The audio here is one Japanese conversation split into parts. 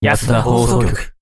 安田放送局。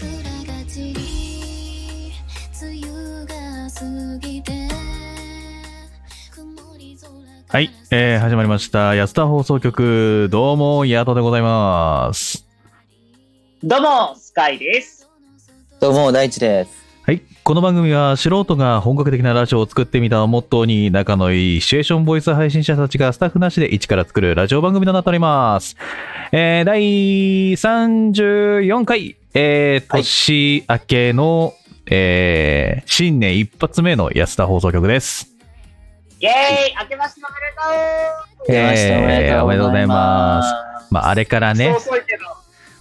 桜が散り梅雨が過ぎて曇り空ははいい、、えー、えー、始始ままりりままし。したた安安田田放放送送局局、どどううも、もヤヤトトででごござざいいまますす。どうも、スカイです。どうも、大地です。はい。この番組は素人が本格的なラジオを作ってみたをモットーに仲のいいシチュエーションボイス配信者たちがスタッフなしで一から作るラジオ番組となっております。えー、第34回、えー、はい年明けの、えー、新年一発目の安田放送局です。イェーイ明けましておめでえーおめでとうございます。まあ、あれからねとう、そう遅いけど。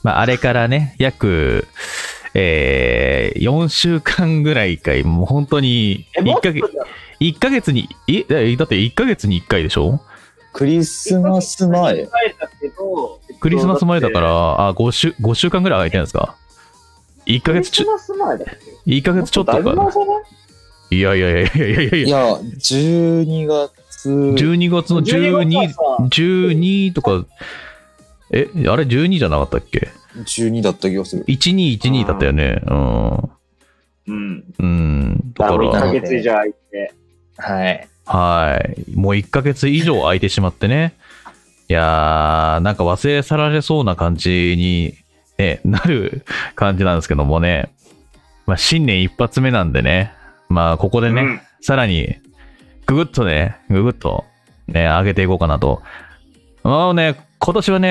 まあ、あれからね、約、えー、4週間ぐらいかい、もう本当にえ、も1っとヶだ月、一ヶ月に、え、えだって1ヶ月に1回でしょクリスマス前。だけどクリスマス前だか。ら、あ、5週、5週間ぐらい空いてるんですか ?1 ヶクリ月スちょ、マス前だっけ1ヶ月ちょっとだいか。ぶ前じゃないいやいやいやいやいやいやいいや、や、12月。 12月の12 12月は、 12とか、え、あれ12じゃなかったっけ12だった気がする。 ?1212 だったよね。ううん。ん。うん。だだかからら1。ヶ月以上空いて。はい。はい。もう1ヶ月以上空いてしまってね。いやー、なんか忘れ去られそうな感じに、ね、なる感じなんですけどもね。まあ、新年一発目なんでね。まあ、ここでね、うんさらに、ぐぐっとね、ぐぐっと、ね、上げていこうかなと。まあね、今年はね、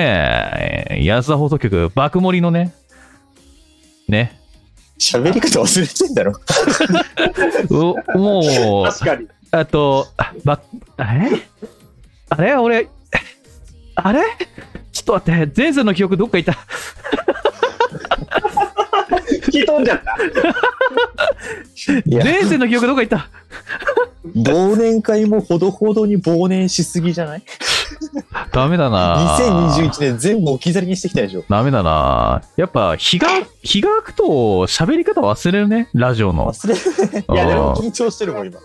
えー安田放送局、爆盛りのね、ね、喋り方忘れてんだろ。うもう、確かに。あと、あば、あれあれ俺、あれちょっと待って、前世の記憶どっかいた。聞き飛んじゃった。いや、前世の記憶どっかいた。忘年会もほどほどに忘年しすぎじゃないダメだな。 ?2021 年全部置き去りにしてきたでしょ。ダメだな。やっぱ、日が、日が空くと喋り方忘れるね、ラジオの。忘れあいや、でもー緊張して るもん、今。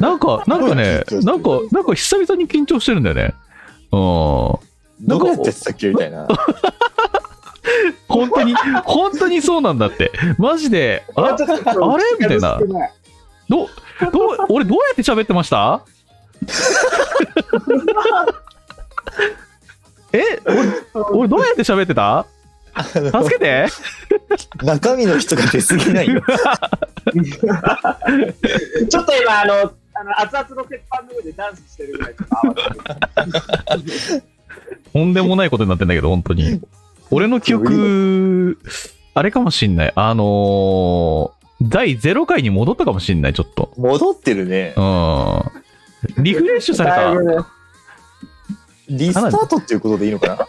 なんか、なんかね、なんか、なんか久々に緊張してるんだよね。うん。なんどかうやってやってたっけみたいな。本当に、本当にそうなんだって。マジで、あちょっあとれみたいな。どう、どう、俺どうやって喋ってました え俺、俺どうやって喋ってた助けて中身の人が出すぎないよ。ちょっと今、あの、あの熱々の鉄板の上でダンスしてるぐらいちょっと慌ててる。とんでもないことになってんだけど、本当に。俺の記憶、あれかもしんない。あのー第0回に戻ったかもしんない、ちょっと。戻ってるね。うん。リフレッシュされだいぶた。ねリスタートっていうことでいいのか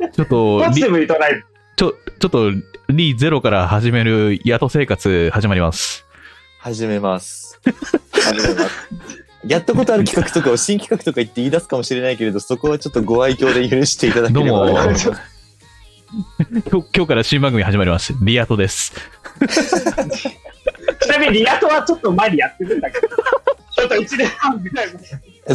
なちょっとポジリ、ティブに捉える。ちょ、ちょっと、リゼロから始める宿生活始まります。始めます。始めます。やったことある企画とかを新企画とか言って言い出すかもしれないけれど、そこはちょっとご愛嬌で許していただければどうもなち今日今日から新番組始まります。リアトです。ちなみにリアトはちょっと前にやってるんだけど。ちょっと1年半ぐらい 前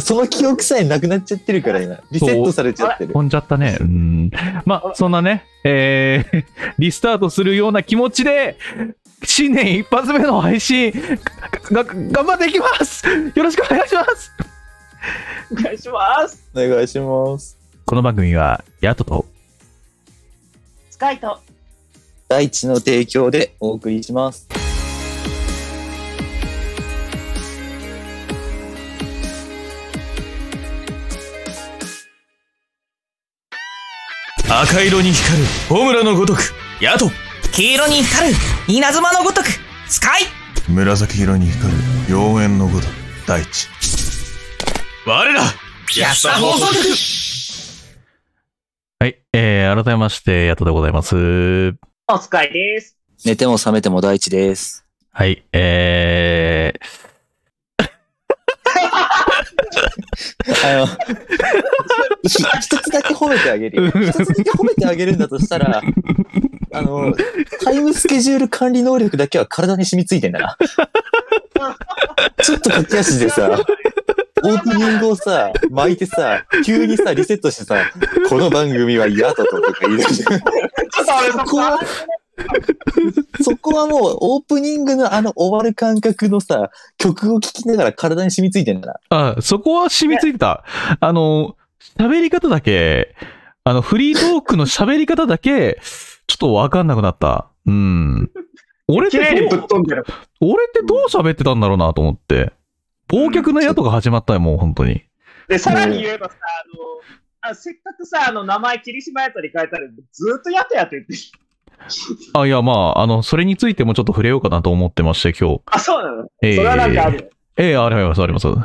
その記憶さえなくなっちゃってるから今、リセットされちゃってる。飛んじゃったね。うん。まあ、そんなね、えー、 リスタートするような気持ちで、新年一発目の配信、が、が頑張っていきますよろしくお願いしますお願いします。お願いします。この番組は、ヤトと、スカイと。大地の提供でお送りします。赤色に光るホムラのごとくヤト黄色に光る稲妻のごとくスカイ紫色に光る妖艶のごとく大地我ら安田放送局はい、えー、改めまして、やっとでございます。お疲れです。寝ても覚めても第一です。はい、えー、あの、ひ一つだけ褒めてあげるよ。一つだけ褒めてあげるんだとした ら、あの、タイムスケジュール管理能力だけは体に染みついてんだな。ちょっと駆け足でさ、オープニングをさ、巻いてさ、急にさ、リセットしてさ、この番組は嫌だととか言う。ちょっと俺そそこは、そこはもうオープニングのあの終わる感覚のさ、曲を聴きながら体に染みついてんだな。あ、そこは染みついてた。あの、喋り方だけ、あの、フリートークの喋り方だけ、ちょっとわかんなくなった。うん。俺っ綺麗てにどぶっう、飛んでる。俺ってどう喋ってたんだろうなと思って。忘却の宿が始まったよ、もう本当に。で、さらに言えばさ、あの、あせっかくさ、あの、名前、霧島やとに変えたら、ずっとやとやと言ってる。あ、いや、まあ、あの、それについてもちょっと触れようかなと思ってまして、今日。あ、そうなのええそれはなんかある。ええあります、あります。なん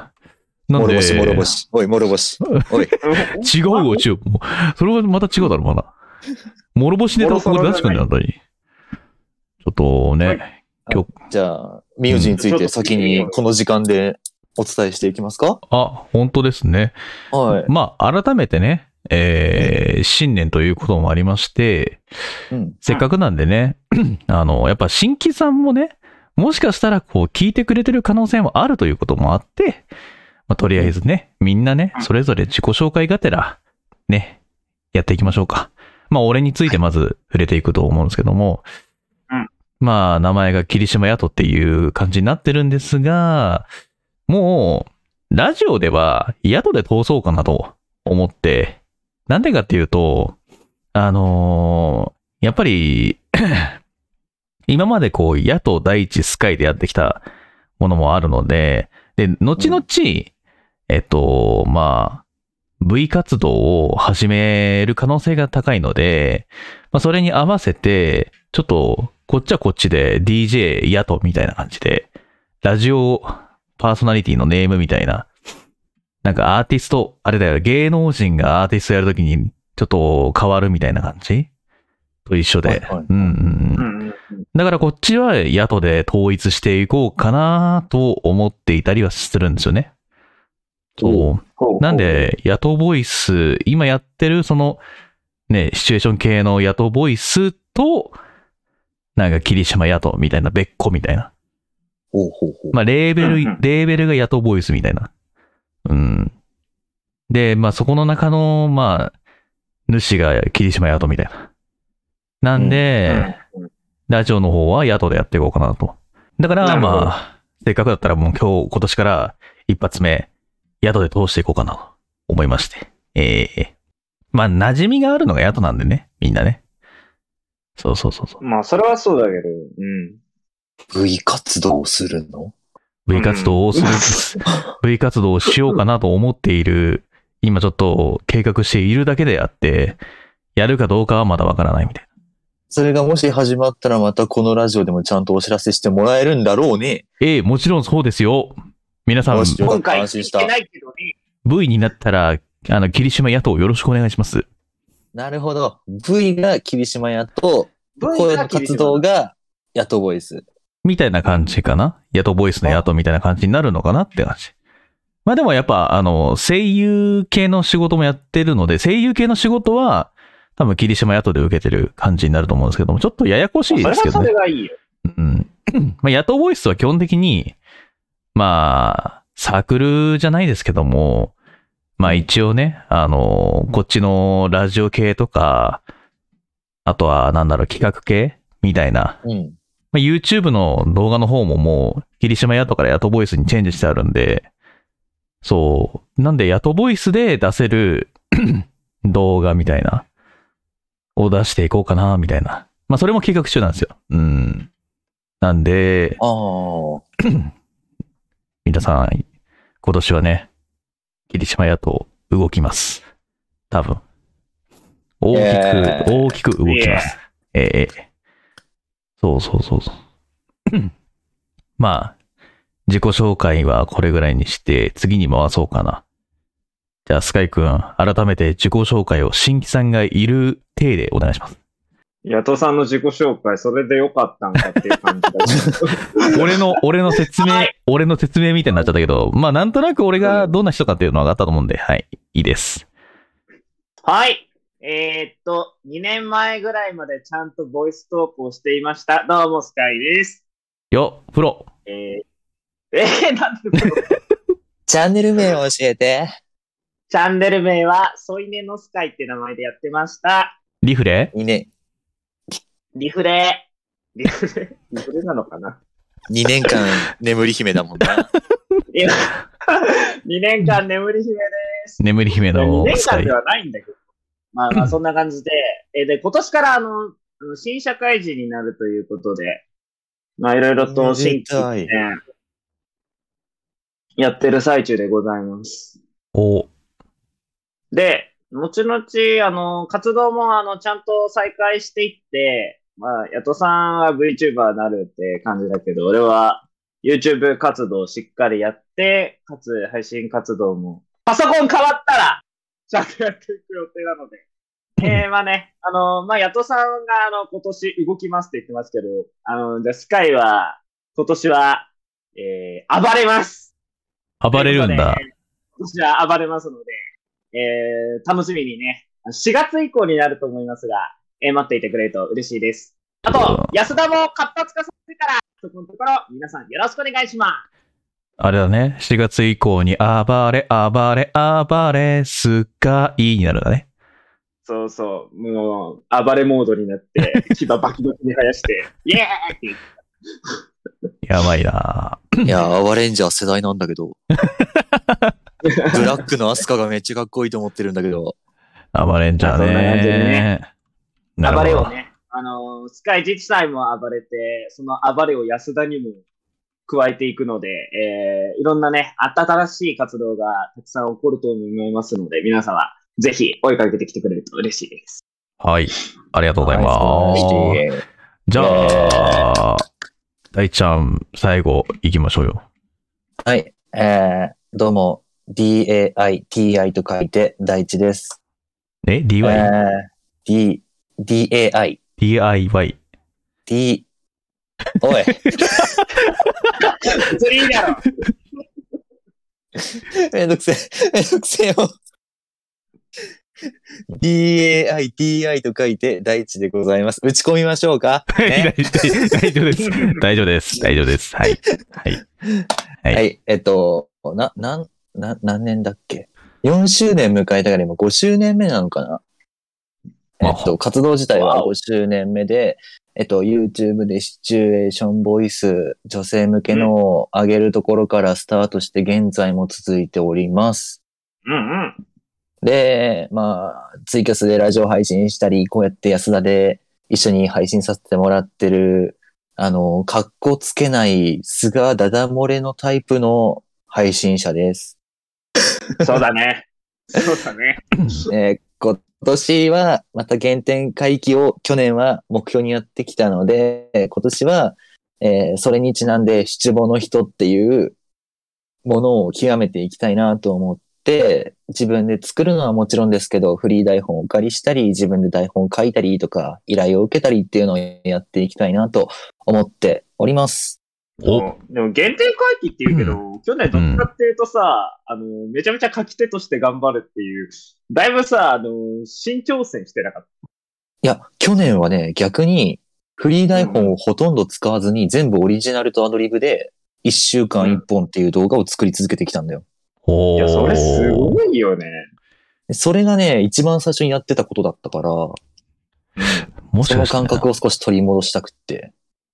もろで、ぼし、もろぼ違し。おい、もろぼし。おい。うよ、違う。もうそれはまた違うだろ、まだ。諸星ネタをここで出してくんじゃん、本当に。ちょっとね、じゃあ、名字について先にこの時間でお伝えしていきますか、あ、本当ですね。はい。まあ、改めてね、えー新年ということもありまして、うんせっかくなんでね、 あの、やっぱ新規さんもね、もしかしたらこう聞いてくれてる可能性もあるということもあって、まあ、とりあえずね、みんなね、それぞれ自己紹介がてら、ね、やっていきましょうか。まあ、俺についてまず触れていくと思うんですけども、うんまあ、名前が霧島ヤトっていう感じになってるんですが、もう、ラジオでは宿で通そうかなと思って、なんでかっていうと、あのーやっぱり、今までこう、野党第一スカイでやってきたものもあるので、で、後々、えっと、まあ、V 活動を始める可能性が高いので、まあ、それに合わせて、ちょっと、こっちはこっちで DJ 野党みたいな感じで、ラジオパーソナリティのネームみたいな、なんかアーティスト、あれだよ、芸能人がアーティストやるときに、ちょっと変わるみたいな感じと一緒で。はいはいうんうんうんう。んうん。だからこっちは野党で統一していこうかなと思っていたりはするんですよね。そう。なんで、野党ボイス、今やってるその、ね、シチュエーション系の野党ボイスと、なんか霧島野党みたいな、別個みたいな。ほうほうほう。まあ、レーベルうんうん、レーベルが野党ボイスみたいな。うん。で、まあ、そこの中の、まあ、主が霧島野党みたいな。なんで、ラジオの方は野党でやっていこうかなと。だから、なるほどまあ、せっかくだったらもう今日、今年から一発目、野党で通していこうかなと思いまして。ええまあ、馴染みがあるのが野党なんでね、みんなね。そうそうそうそう。まあ、それはそうだけど、うん。 V 活動をするの V 活動をする、V 活動をしようかなと思っている、今ちょっと計画しているだけであって、やるかどうかはまだわからないみたいそれがもし始まったらまたこのラジオでもちゃんとお知らせしてもらえるんだろうね。な。ええ、もちろんそうですよ。皆さんよ、しよかっ今た回安心聞いしたて。ないけどね。 V になったら、あの、霧島野党よろしくお願いします。なるほど。V が霧島屋と、声の活動が野党ボイス。みたいな感じかな。野党ボイスの野党みたいな感じになるのかなって感じ。まあでもやっぱ、あの、声優系の仕事もやってるので、声優系の仕事は、多分霧島野党で受けてる感じになると思うんですけども、ちょっとややこしいですけどそねれはそれ。がいいよ。うん。 まあ、野党ボイスは基本的に、まあ、サークルじゃないですけども、まあ一応ね、あの、こっちのラジオ系とか、あとは、なんだろう、企画系みたいな。うん。まあ、YouTube の動画の方ももう、霧島野党から野党ボイスにチェンジしてあるんで、そう。なんで、野党ボイスで出せる 動画みたいな、を出していこうかな、みたいな。まあ、それも計画中なんですよ。うん。なんで、ああ。皆さん、今年はね、霧島野党動きます。多分。大きく、えー大きく動きます。ええそうそうそうそう。 まあ、自己紹介はこれぐらいにして、次に回そうかな。じゃあ、スカイくん、改めて自己紹介を新規さんがいる体でお願いします。ヤトさんの自己紹介、それでよかったんかっていう感じだけど俺の、俺の説明、はい俺の説明みたいになっちゃったけど、まあ、なんとなく俺がどんな人かっていうのがあったと思うんで、はい、いいです。はい。えー、っと、2年前ぐらいまでちゃんとボイストークをしていました。どうも、スカイです。よ、プロ。えー、 えー、なんてことチャンネル名を教えて。チャンネル名は、ソイネのスカイって名前でやってました。リフレ2年、リフレリフレリフレなのかな2年間眠り姫だもん な。 今2年間眠り姫です。眠り姫の2年スカ間イで。はないんだけど。まあまあ、そんな感じで。えーで、今年から、あの、あの新社会人になるということで、まあ、いろいろと新おめで規で、やってる最中でございます。お、で、後々、あの、活動も、あの、ちゃんと再開していって、まあ、ヤトさんは VTuber になるって感じだけど、俺は YouTube 活動をしっかりやって、かつ配信活動も、パソコン変わったら、ちゃんとやっていく予定なので。えー、まあね、あの、まあ、ヤトさんが、あの、今年動きますって言ってますけど、あの、じゃあスカイは、今年は、えー、暴れます暴れるんだと。いうことで。今年は暴れますので、えー、楽しみにね、4月以降になると思いますが、えー待っていてくれると嬉しいです。あと、安田も活発化させてから、そこのところ、皆さんよろしくお願いしまあれだね。4月以降に、暴れ、暴れ、暴れ、スカイになるんだね。す。そうそう、もう、暴れモードになって、牙バキバキに生やして、 イエーイって言ってやばいないや、アワレンジャー世代なんだけど。ブラックのアスカがめっちゃかっこいいと思ってるんだけど。暴れんじゃそんな感じでねね。なる暴ほれどをね、あのースカイ自治体も暴れて、その暴れを安田にも加えていくので、えーいろんなね、新しい活動がたくさん起こると思いますので、皆様、ぜひ追いかけてきてくれると嬉しいです。はい。ありがとうございはます。いじゃあ、大ちゃん、最後、行きましょうよ。はい。えー、どうも、DAITI と書いて、大地です。ええ ?DY?DIY? ー、D、DAI、D、おい、それいいだろうめんどくせえ、めんどくせえよ。DAI、DI と書いて、大地でございます。打ち込みましょうか。ね 大丈夫です。大丈夫です。大丈夫です。はい。はい。はいはい、えっと、な、なん、な、何年だっけ ?4 周年迎えたから今5周年目なのかなまえあっと、活動自体は5周年目で、えっと、YouTube でシチュエーションボイス、女性向けのを上げるところからスタートして現在も続いております。うんうん。で、まあ、ツイキャスでラジオ配信したり、こうやって安田で一緒に配信させてもらってる、あの、格好つけない、素がダダ漏れのタイプの配信者です。そうだね。そうだね。 えー今年はまた原点回帰を去年は目標にやってきたので、えー今年は、えーそれにちなんで七五の人っていうものを極めていきたいなと思って、自分で作るのはもちろんですけど、フリー台本をお借りしたり、自分で台本を書いたりとか、依頼を受けたりっていうのをやっていきたいなと思っております。おでも、限定回帰って言うけど、去年どっちかっていうとさ、あの、めちゃめちゃ書き手として頑張るっていう、だいぶさ、あの、新挑戦してなかった。いや、去年はね、逆に、フリー台本をほとんど使わずに、全部オリジナルとアドリブで、一週間一本っていう動画を作り続けてきたんだよ。おいや、それすー。ごいよね。でそれがね、一番最初にやってたことだったから、もしそかのした感ら覚を少し取り戻したくって。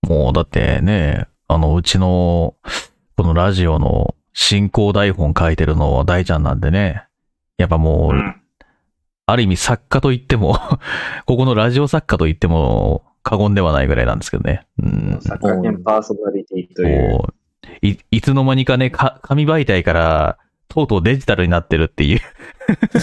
もうだってね、あの、うちの、このラジオの進行台本書いてるのは大ちゃんなんでね。やっぱもう、うんある意味作家と言っても、 ここのラジオ作家と言っても過言ではないぐらいなんですけどね。うん。作家兼パーソナリティという。こういいつの間にかねか、紙媒体から、とうとうデジタルになってるっていう。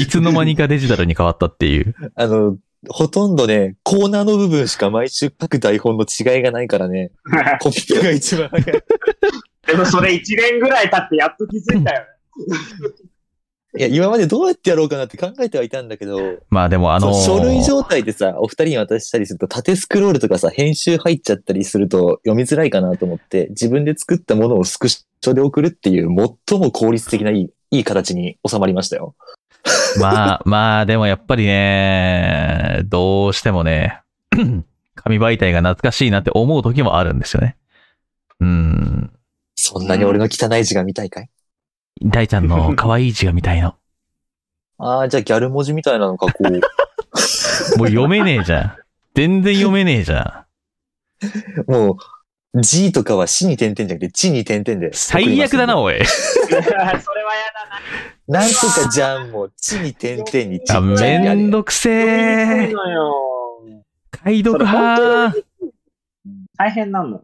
いつの間にかデジタルに変わったっていう。あの、ほとんどね、コーナーの部分しか毎週書く台本の違いがないからね、 コピーが一番早い。 でもそれ1年ぐらい経ってやっと気づいたよね。 いや、今までどうやってやろうかなって考えてはいたんだけど、まあでもあのーそう書類状態でさ、お二人に渡したりすると、縦スクロールとかさ、編集入っちゃったりすると読みづらいかなと思って、自分で作ったものをスクショで送るっていう、最も効率的ないい、いい形に収まりましたよ。まあまあでもやっぱりね、どうしてもね、 紙媒体が懐かしいなって思う時もあるんですよね。うん。そんなに俺の汚い字が見たいかい大ちゃん の可愛い字が見たいの。ああ、じゃあギャル文字みたいなのか、こう。 もう読めねえじゃん。全然読めねえじゃん。もう、G とかは死に点々じゃなくて、地に点々で。最悪だな、。おい。それはやだな。なんとかじゃんも、地に点々にちっちあ、ゃいめんどどくせええ。のよ。解読派。大変なの。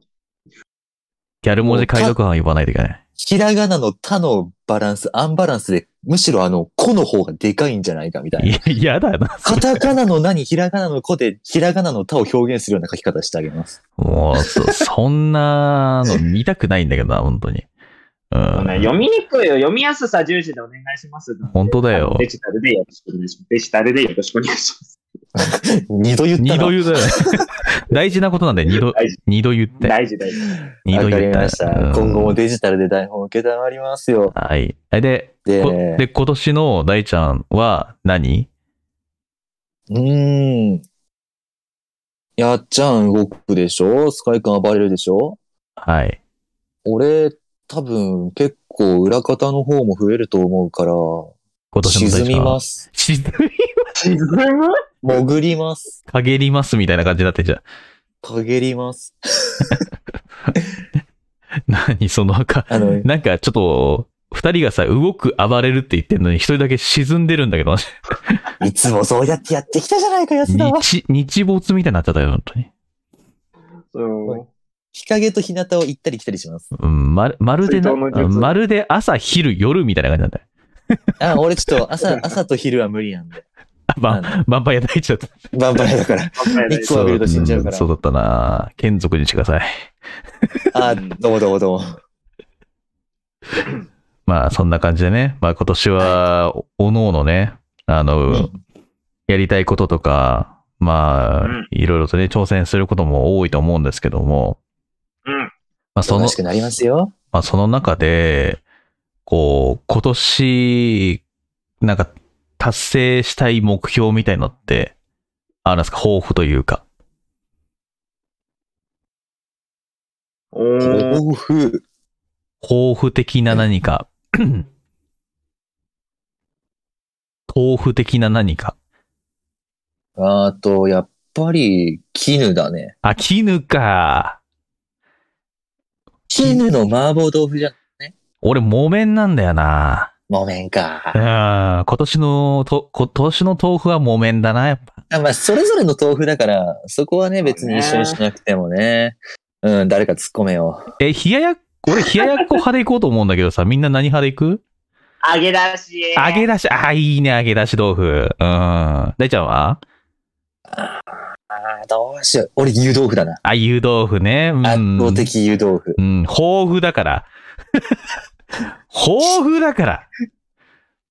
ギャル文字解読派は言わないといけない。ひらがなの他のバランス、アンバランスで、むしろあの、子の方がでかいんじゃないかみたいな。いや、やだ な。カタカナの何、ひらがなの子で、ひらがなの他を表現するような書き方してあげます。もう、そ、そんなの見たくないんだけどな、本当に。うもうねん。読みにくいよ。読みやすさ重視でお願いします。本当だよデ。ジタルでよろしくお願いします。デジタルでよろしくお願いします。二度言ったな。二度言うだよね。 大事なことなんで、二度、大事、二度言って。大事、大事。二度わかり言った。ました。うん今後もデジタルで台本を受けたまりますよ。はい。えで、でこで、今年の大ちゃんは何うーん。やっちゃん動くでしょスカイ君暴れるでしょはい。俺、多分結構裏方の方も増えると思うから、今年の大ちゃん沈は。みます。沈み、自分も潜ります。かげりますみたいな感じになってんじゃん。 かげります。何そのか、あの、なんかちょっと、二人がさ、動く暴れるって言ってんのに、一人だけ沈んでるんだけど、いつもそうやってやってきたじゃないか、安田は。日、日没みたいになっちゃったよ、本当に。そう。日陰と日向を行ったり来たりします。うん、まる、まるでな、水道の術まるで朝、昼、夜みたいな感じなんだよ。あ、俺ちょっと朝、朝と昼は無理なんで。あ、バン、あバンパイア大ちゃった。のバンパイアだから。いつそもう見ると死んじゃうからんそうだったな眷属にしてください。あ、どうもどうもどうも。まあ、そんな感じでね、まあ今年は、おのおのね、あの、うんやりたいこととか、まあ、うんいろいろとね、挑戦することも多いと思うんですけども、うんまあその楽し、くなりますよ。まあ、その中で、こう、今年、なんか、達成したい目標みたいのって、あるんですか抱負というか。おー抱負。抱負的な何 か。豆腐的な何か。あと、やっぱり、絹だね。あ、絹か。絹の麻婆豆腐じゃん。俺、木綿なんだよな。木綿うか。ん。今年のと、今年の豆腐は木綿だな、やっぱ。あまあ、それぞれの豆腐だから、そこはね、別に一緒にしなくてもね。うん、誰か突っ込めよう。え、冷ややっこ、俺、冷ややっこ派で行こうと思うんだけどさ、みんな何派で行く揚げ出し。揚げ出し、あ、いいね、揚げ出し豆腐。うん。大ちゃんはああ、どうしよう。俺、湯豆腐だな。あ、湯豆腐ね。うん。圧倒。的湯豆腐。うん、豊富だ から。豊富だから。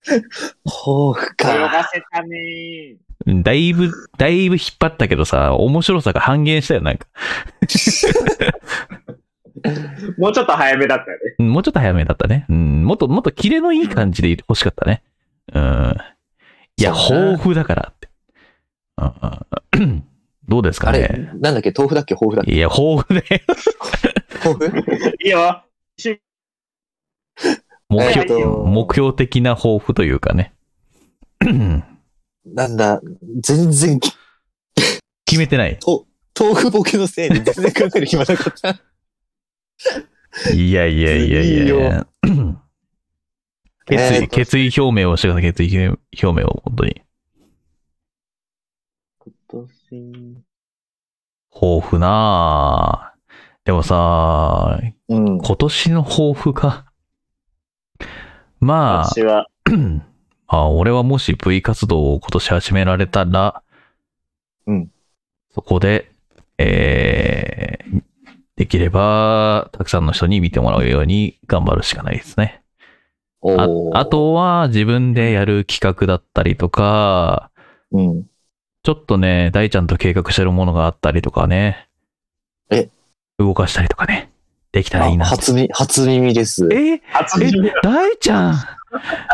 豆腐泳か。がせたね。うんだいぶ、だいぶ引っ張ったけどさ、面白さが半減したよ、なんか。もうちょっと早めだったよね。うんもうちょっと早めだったね。うん、もっと、もっとキレのいい感じで欲しかったね。うん。いや、そうね豊富だからって。うんうん、 どうですかあれ、ね。なんだっけ豆腐だっけ豆腐だっけいや、豊富 だよ。豆腐いいよ。目えっ標、と目標的な抱負というかね。 なんだ、全然、決めてない。豆腐ボケのせいで全然考える暇なか った。いやいやいやいやいいいやよ。決え意、ーと決意表明をしてください、決意表明を、本当に。今年。抱負なぁ。でもさ、うん。今年の抱負か。まあ、私は、ま あ俺はもし V 活動を今年始められたら、うんそこで、えー、できれば、たくさんの人に見てもらうように頑張るしかないですね。あおーあ、とは自分でやる企画だったりとか、うん。ちょっとね、大ちゃんと計画してるものがあったりとかね。え動かしたりとかね。できたらいいあなって。初耳、初耳です。えー初え耳だ、大ちゃん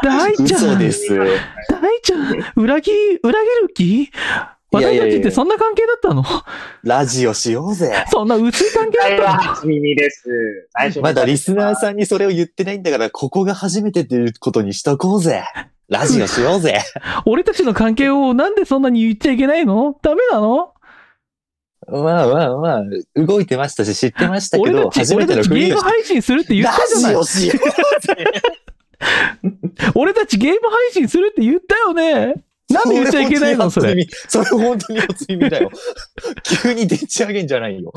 大ちゃ嘘んで大す。ちゃん裏切り、裏切る気いやい私やたいやちってそんな関係だったの ラジオしようぜ。そんな薄い関係これだはったの初耳です。最初にまだリスナーさんにそれを言ってないんだから、ここが初めてっていうことにしとこうぜ。ラジオしようぜ。俺たちの関係をなんでそんなに言っちゃいけないのダメなの まあまあまあ、動いてましたし、知ってましたけ俺たど、ち、初俺めてたのちクゲリーアムし配信するって言ラったじゃジないオしようぜ。 俺たちゲーム配信するって言ったよねなんで言っちゃいけないのそれ。それ本当に初耳だよ。 急にでっち上げんじゃないよ。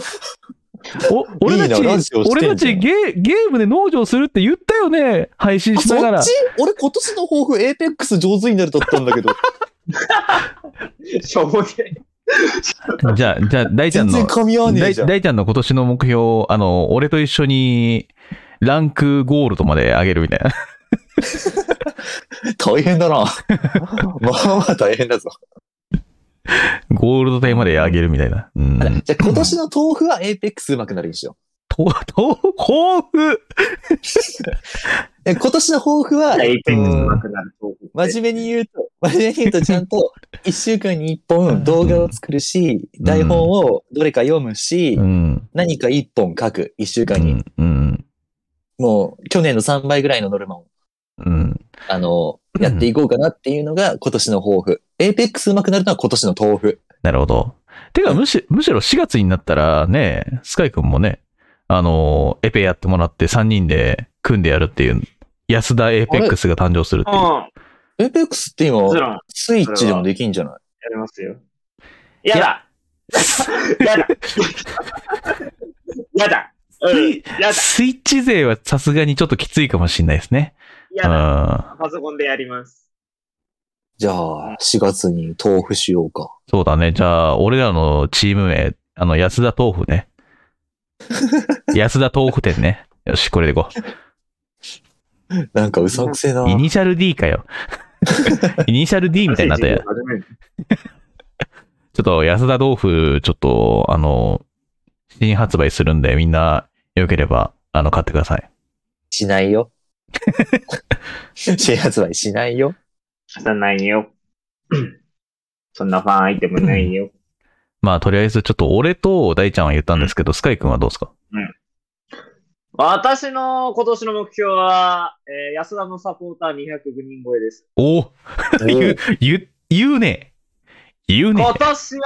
お俺たいいなラちジオしてんじ俺ゃんたちゲゲームで農場するって言ったよね配信しながそらっち俺今年の抱負、エーペックス上手になるだったんだ けど、しょうもない。じゃあじゃあ大ちゃ全ん然の噛み合わねえ大じゃん。大ちゃんの今年の目標、あの、俺と一緒に、ランクゴールドまで上げるみたいな。大変 だな。まあまあ大変だぞ。ゴールド帯まで上げるみたいな。 うん。じゃあ今年の豆腐はエーペックス上手くなるにしよ と、と、豊富う。え今年の抱負は、エイペックスうん上手くなる方法って真面目に言うと、真面目に言うとちゃんと1週間に1本動画を作るし、うん台本をどれか読むし、うん。何か1本書く、1週間うに。ん。うん。もう去年の3倍ぐらいのノルマを、うん。あの、やっていこうかなっていうのが今年の抱負。エーペックス上手くなるのは今年の豆腐。なるほど。てか、むし、むしろ4月になったらね、スカイ君もね、あの、エペやってもらって3人で組んでやるっていう、安田エーペックスが誕生するっていう。うエーペックスってん、今もち、ろん、やスイッチでもできんじゃないりますよ。やだやだやだうん、やだスイッチ勢はさすがにちょっときついかもしれないですね。やうだん。パソコンでやります。じゃあ、4月に豆腐しようか。そうだね。じゃあ、俺らのチーム名、あの、安田豆腐ね。 安田豆腐店ね。よし、これでいこなんかうさんくせえなう。イ。ニシャル D か よ。イニシャル D みたいになってる、ちょっと安田豆腐、ちょっと、あの、新発売するんで、みんな、よければ、あの、買ってください。しないよ。 新発売しないよ。貸さないよ。そんなファンアイテムないよ。まあ、とりあえず、ちょっと俺と大ちゃんは言ったんですけど、スカイ君はどうですか私の今年の目標は、えー安田のサポーター200人超えです。おお言おう、言う、言うね。言うね今。年はマジで、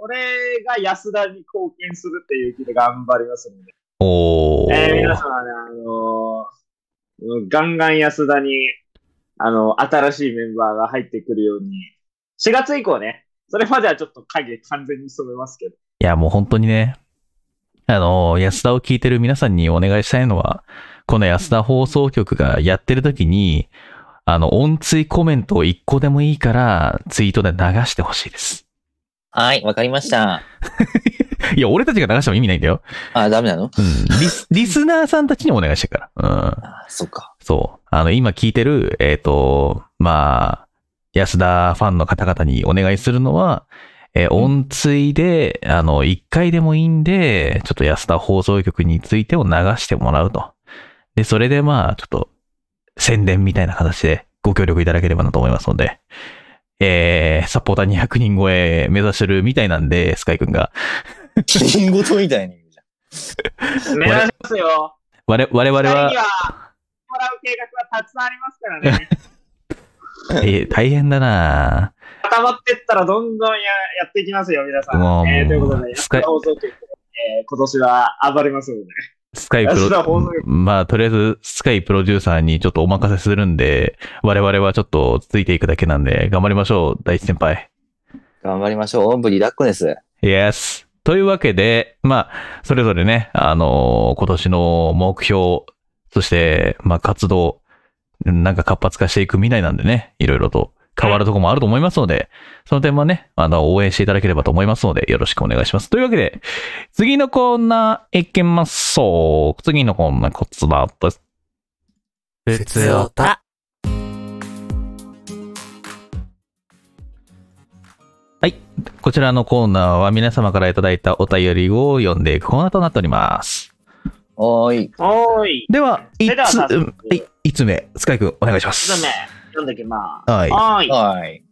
俺が安田に貢献するっていう気で頑張りますので。おーえー皆様ね、あのーガンガン安田に、あの、新しいメンバーが入ってくるように、4月以降ね、それまではちょっと影完全に染めますけど、いや、もう本当にね、あの、安田を聞いてる皆さんにお願いしたいのは、この安田放送局がやってる時に、あの、音追コメントを一個でもいいから、ツイートで流してほしいです。はい、わかりました。いや、俺たちが流しても意味ないんだよ。あ、ダメなのうん。リス、リスナーさんたちにお願いしてるから。うん。あ、そっか。 そう。あの、今聞いてる、えっ、と、まあ、安田ファンの方々にお願いするのは、えー音追で、あの、一回でもいいんで、ちょっと安田放送局についてを流してもらうと。で、それでまあ、ちょっと、宣伝みたいな形でご協力いただければなと思いますので、えー、サポーター200人超え目指してるみたいなんで、スカイくんが。キリンゴとみたいに言うじゃん。目指しますよ。我我々二人はに、は、もらう計画はたくさんありますからね。えー大変だなぁ。 固まってったらどんどんややっていきますよ、皆さん。もうえーということで、ス安カイ田放送局、えー今年は暴れますので。スカイプ安田放送ロ、まあ、とりあえず、スカイプロデューサーにちょっとお任せするんで、我々はちょっとついていくだけなんで、頑張りましょう、大地先輩。頑張りましょう。おんぶりだっこです。 Yes! というわけで、まあ、それぞれね、あのー今年の目標、そして、まあ、活動、なんか活発化していく未来なんでね、いろいろと変わるとこもあると思いますので、その点はね、あの、応援していただければと思いますので、よろしくお願いします。というわけで、次のコーナーいきましょう。次のコーナー、こちらです。普通を。た。こちらのコーナーは皆様からいただいたお便りを読んでいくコーナーとなっております。おーい。おーい。では、いそれではつ、早速うんはい、いつめ、スカイくんお願いします。ちょっとね、読んできます。はいはーい。はい。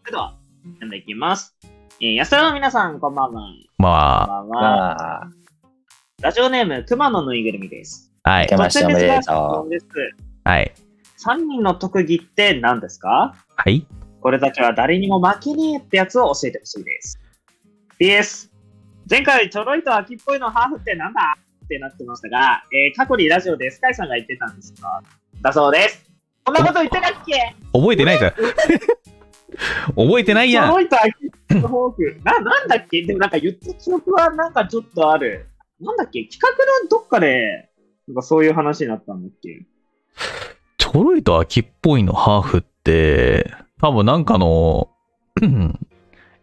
それでは、読んでいきます。えー、安田の皆さん、こんばんは。こんまばんは。まあ、ラジオネーム、熊のぬいぐるみです。あ、はい出、ました突おめ然ですでが質と問です。はい、 3人の特技って何ですかはい。これだけは誰にも負けねえってやつを教えてほしいです。PS、前回ちょろいと秋っぽいのハーフってなんだってなってましたが、えー過去にラジオでスカイさんが言ってたんですが、だそうです。こんなこと言ってたっけ覚えてない じゃん。覚えてないちょやん。ろいと秋っぽいのハ ーフ。な、なんだっけでもなんか言った記憶はなんかちょっとある。なんだっけ企画のどっかで、なんかそういう話になったんだっけちょろいと秋っぽいのハーフって、多分なんかの、 うん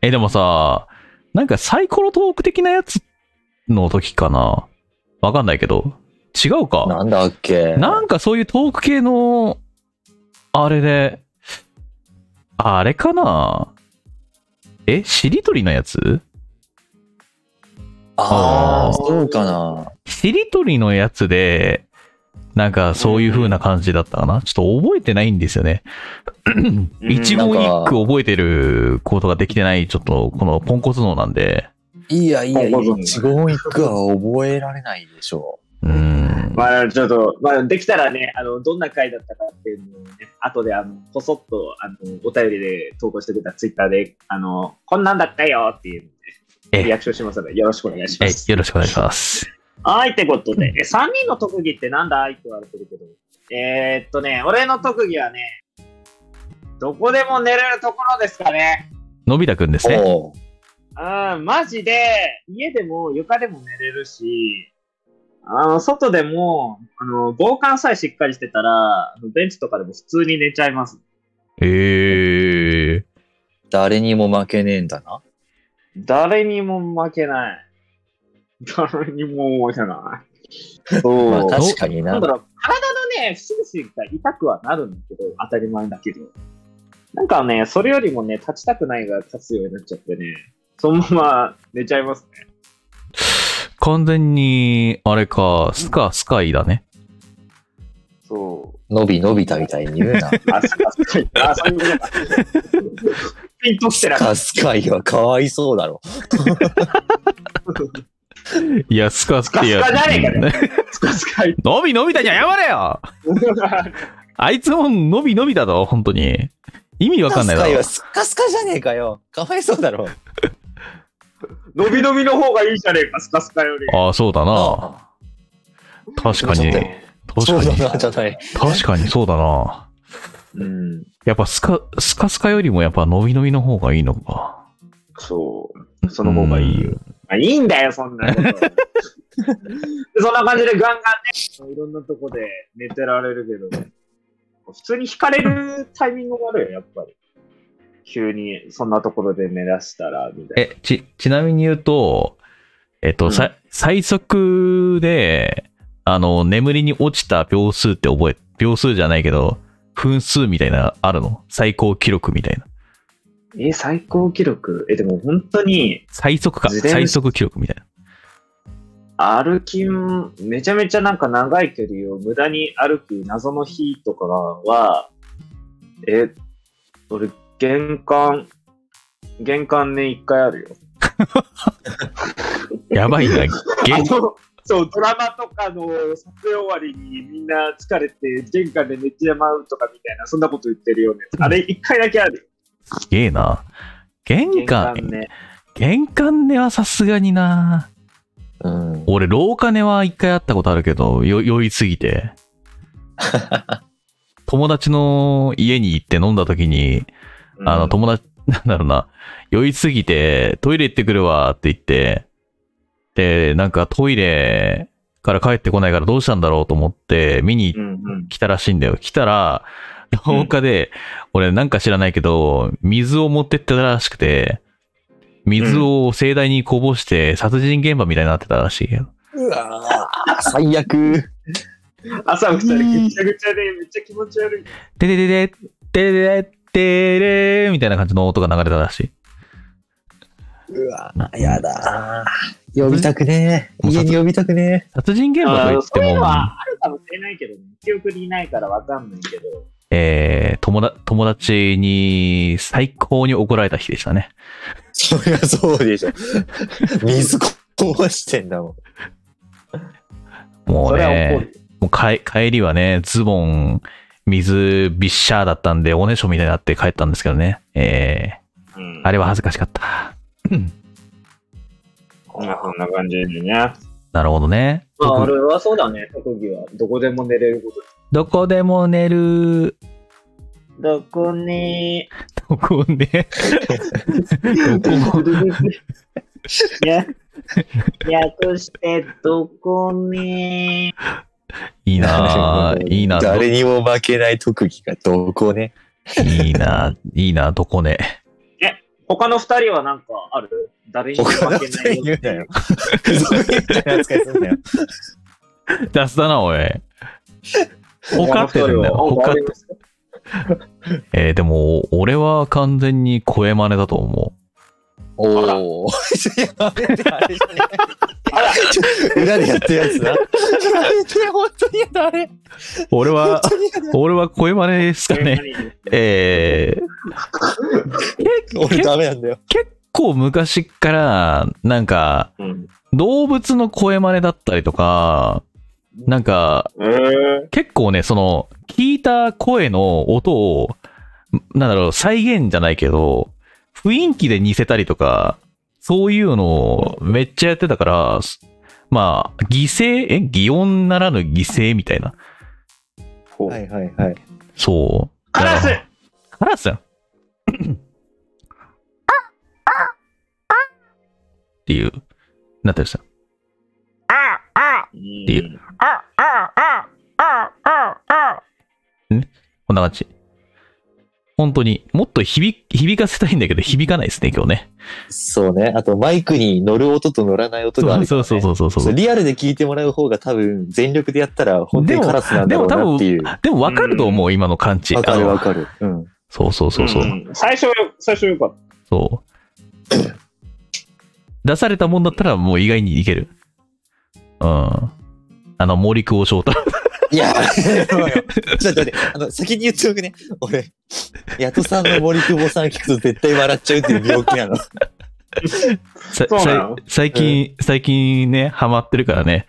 え、でもさ、なんかサイコロトーク的なやつの時かな。わかんないけど。違うう。か。なんだっけなんかそういうトーク系の、あれで、あれかな。え、しりとりのやつあああ、ーそうかな。しりとりのやつで、なんかそういう風な感じだったかな。ちょっと覚えてないんですよね。一言一句覚えてることができてない、ちょっとこのポンコツ脳なんで。いやいやいやわかん、ない一言一句は覚えられないでしょうーん。まあ、ちょっと、まあ、できたらね、あの、どんな回だったかっていうのをね、後で、あの、こそっと、あの、お便りで投稿してくれたツイッターで、あの、こんなんだったよっていうのええで、リアクションしますので、よろしくお願いしまはい、す。よろしくお願いします。はい、ってことで、え、3人の特技ってなんだいって言われてるけど、えー、っとね、俺の特技はね、どこでも寝れるところですかね。のび太くんですう。ね。おううん、マジで、家でも床でも寝れるし、あの、外でも、あの、防寒さえしっかりしてたら、ベンチとかでも普通に寝ちゃいます。ええ誰にも負けねえんだな。誰にも負けない。誰にも負けない。そう。まあ、確かにななんだ。ろう、体のね、節々が痛くはなるんだけど、当たり前だけど。なんかね、それよりもね、立ちたくないが立つようになっちゃってね、そのまま寝ちゃいますね。完全に、あれか、スカ、スカイだね。そう。伸び伸びたみたいに言う な。あ、そうか、そうか。あ、そういう ことか。ピンときてなかっカスカイはかわいそうだろ。いや、スカスカやスカスカじゃねえかね。た。スカス カい。のびのび太に謝れよあいつものびのびだぞ、本当に。意味わかんないだろカ。スカイはスカスカじゃねえかよ。かわいそうだろ。伸び伸びの方がいいじゃねえか、スカスカより。ああ、そうだな。確かにちょっと。ね確そうかに。だな、じゃない。確かにそうだな。うん。やっぱスカ、スカスカよりもやっぱ伸び伸びの方がいいのか。そう。その方がいいよ。あいいんだよ、そんな こと。でそんな感じでガンガンね、いろんなとこで寝てられるけど、普通に惹かれるタイミングもあるよ、やっぱり。急にそんなところで寝だしたら、みたいえ、ち、ちなみに言うと、えっと、うんさ最速で、あの、眠りに落ちた秒数って覚え、秒数じゃないけど、分数みたいな、あるの最高記録みたいな。な。え、最高記録え、でも本当に、最速か。自転車最速記録みたいな。歩きん、めちゃめちゃなんか長い距離を無駄に歩く謎の日とかは、え、俺、玄関、玄関ね、一回あるよ。やばい な。あげの そう、ドラマとかの撮影終わりにみんな疲れて玄関で寝てまうとかみたいな、そんなこと言ってるよね。あれ、一回だけあるよ。すげえな。玄玄関関、ね。玄関根はさすがにな。うん。俺、廊下根は一回会ったことあるけど、よ、酔いすぎ て。友達の家に行って飲んだ時に、あの、友達、 なんだろうな、酔いすぎて、トイレ行ってくるわって言って、で、なんかトイレから帰ってこないからどうしたんだろうと思って、見にうんうん。来たらしいんだよ。来たら、うん廊下で、俺なんか知らないけど、水を持ってってたらしくて、水を盛大にこぼして殺人現場みたいになってたらしいよ。うわー最悪。朝二人ぐちゃぐちゃでめっちゃ気持ち悪い。てててて、てれててれーみたいな感じの音が流れたらしい。うわ、やだ。呼びたくねえ。もうさ家に呼びたくね殺人現場といあっーてそういうのも、はあるかもしれないけどね。記憶にないからわかんないけど。えー友だ友達に最高に怒られた日でしたね。え。そりゃそうでしょ。水こぼしてんだもん。もうそれは怒ね、る。もう帰帰りはね、ズボン、水びっしゃーだったんで、おねしょみたいになって帰ったんですけどね。えうんーあれは恥ずかしかった。まあそんな感じでね。まなるほどね。あ僕俺はそうだね、特技は。どこでも寝れること。どこでも寝る。 どこに。どこで。 や、略してどこに。いいな ぁ。いいなぁ。誰にも負けない特技がどこね。いいなぁ。いいなぁ。どこね。他の二人はなんかある誰にも他の負け二ない人言うなよ。ふざけんなよ扱いすんなよ。雑だな、おい。他ってなんだよ。他って。えーでも、俺は完全に声真似だと思おお。やめて、あれじゃねえ。裏でやってるやつな。やめて、本当にやだ、あれ。う。俺は、俺は声真似ですかね。えー俺ダメなんだよ。結構昔から、なんか、うん。動物の声真似だったりとか、なんか、えー、結構ね、その、聞いた声の音を、んなんだろう、再現じゃないけど、雰囲気で似せたりとか、そういうのをめっちゃやってたから、すまあ、犠牲、え擬音ならぬ犠牲みたいな。はいはいはい。そう。カラスだからカラスやんっていう、なってるさ。うんていこんな感じ。本当に、もっと響、響かせたいんだけど、響かないですね、今日ね。そうね。あと、マイクに乗る音と乗らない音があるから、そうね。そうそうそうそうそうリアルで聞いてもらう方が多分、全力でやったら、本当にカラスなんでだろも多うなっていう分。、でも分かると思う、今の感知。わかあるのわかる。うん。そうそうそうそう。ん最初よ、最初よかっそう。出されたもんだったら、もう意外にいける。うん。あの、森久保翔太。い や、ちょっと待って、あの、先に言っておくね。俺、ヤトさんの森久保さん聞くと絶対笑っちゃうっていう病気なの。 さそうなさの最近、最近ね、ハマってるからね。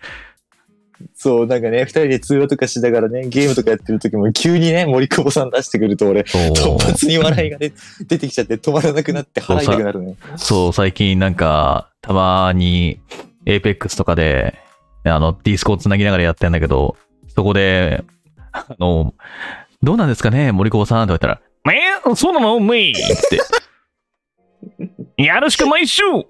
そう、なんかね、二人で通話とかしながらね、ゲームとかやってる時も急にね、森久保さん出してくると俺、そう突発に笑いがね、出てきちゃって止まらなくなって腹痛くなるね。そう、最近なんか、たまに、エイペックスとかで、あの、ディスコをつなぎながらやってんだけど、そこで、あの、どうなんですかね、森久保さんとか言ったら、えー、そうなのむいって。やるしかないっしょ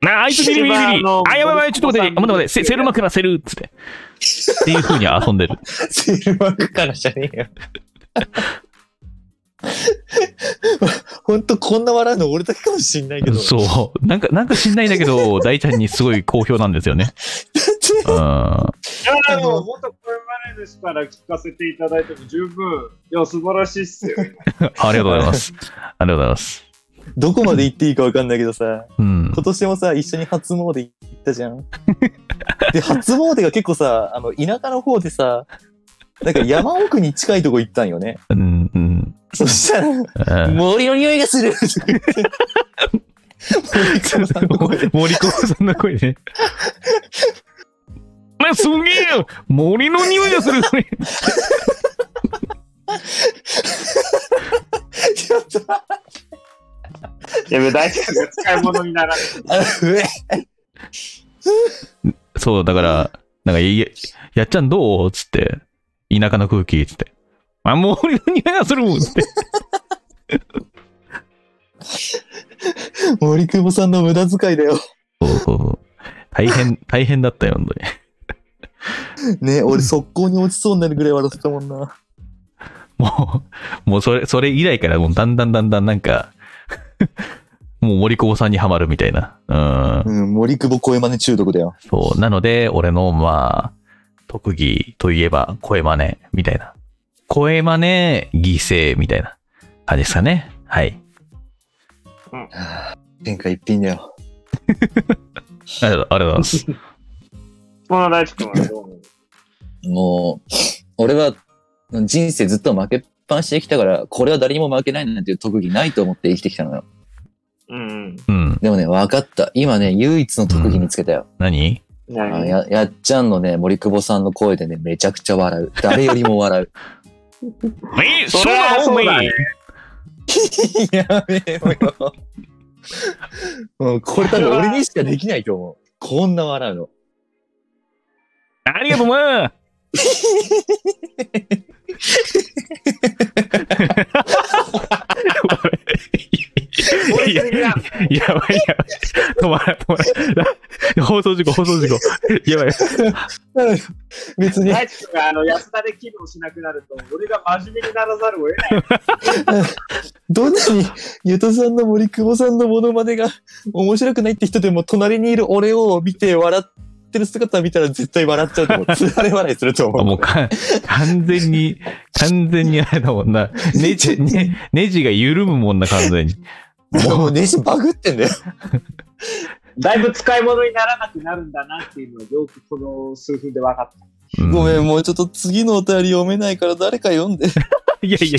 なあ、あいつビリビリビリ一番あ。のあ、やばいやばい、ちょっと待って、森久保待って待さんって、セセルマクなセルっつって。っていう風に遊んでる。セールマークからじゃねえよ。ほんとこんな笑うの俺だけかもしんないけど。 そう。なんか、なんか知んないんだけど、大ちゃんにすごい好評なんです よね。うん。た。いや、でも、元これまでですから聞かせていただいても十分、いや、素晴らしい っすよ。ありがとうございます。ありがとうございます。どこまで行っていいかわかんないけどさ、うん。今年もさ、一緒に初詣行ったじゃん。で、初詣が結構さ、あの、田舎の方でさ、なんか山奥に近いとこ行ったんよね。うん、うん。そしたら、うん森の匂いがす るとか言って森久保さんの声で森久保さんの声ね。まあ、すげえよ森の匂いがする。ちょっと、あいや、大丈夫です。使い物にならない。の、上、そう、だから、なんか、いややっちゃんどうつって、田舎の空気つって。あ、もう俺の匂いがするつって。森久保さんの無駄遣いだよ。そうそうそう。大変、大変だったよ、本当に。ね、俺速攻に落ちそうになるぐらい笑ってたもんな。もう、もうそれ、それ以来から、もうだんだんだんだんなんか、もう森久保さんにはまるみたいな。うん。うん、森久保声真似中毒だよ。そう。なので、俺の、まあ、特技といえば、声真似、みたいな。声真似、犠牲、みたいな感じですかね。はい。天下一品だよ。ありがとうありがとうございます。この大地君はどう思うもう、俺は人生ずっと負けっぱなしで生きたから、これは誰にも負けないなんていう特技ないと思って生きてきたのよ。うんうん。うん。でもね、分かった。今ね、唯一の特技見つけたよ。何なあのにややっちゃんのね、森久保さんの声でね、めちゃくちゃ笑う。誰よりも笑う。え、それはそうだね やめろよ。もうこれ多分俺にしかできないと思う。こんな笑うの。ありがとうな。いやいや、 やばいやばい。止まらん、止まらん。放送事故、放送事故。やばい。 別に、大地君があの安田で機能しなくなると、俺が真面目にならざるを得ない。どんなに、ゆとさんの森久保さんのモノマネが面白くないって人でも、隣にいる俺を見て笑ってる姿見たら絶対笑っちゃう と思う。つられ笑いするとも思 うか、完全に、完全にあれだもんな。ネジ、ね、ネジが緩むもんな、完全に。う。もうネジバグってんだよ。だいぶ使い物にならなくなるんだなっていうのはよくこの数分で分かった。うごめん、いもうちょっと次のお便り読めないから誰か読んで。やいやいや、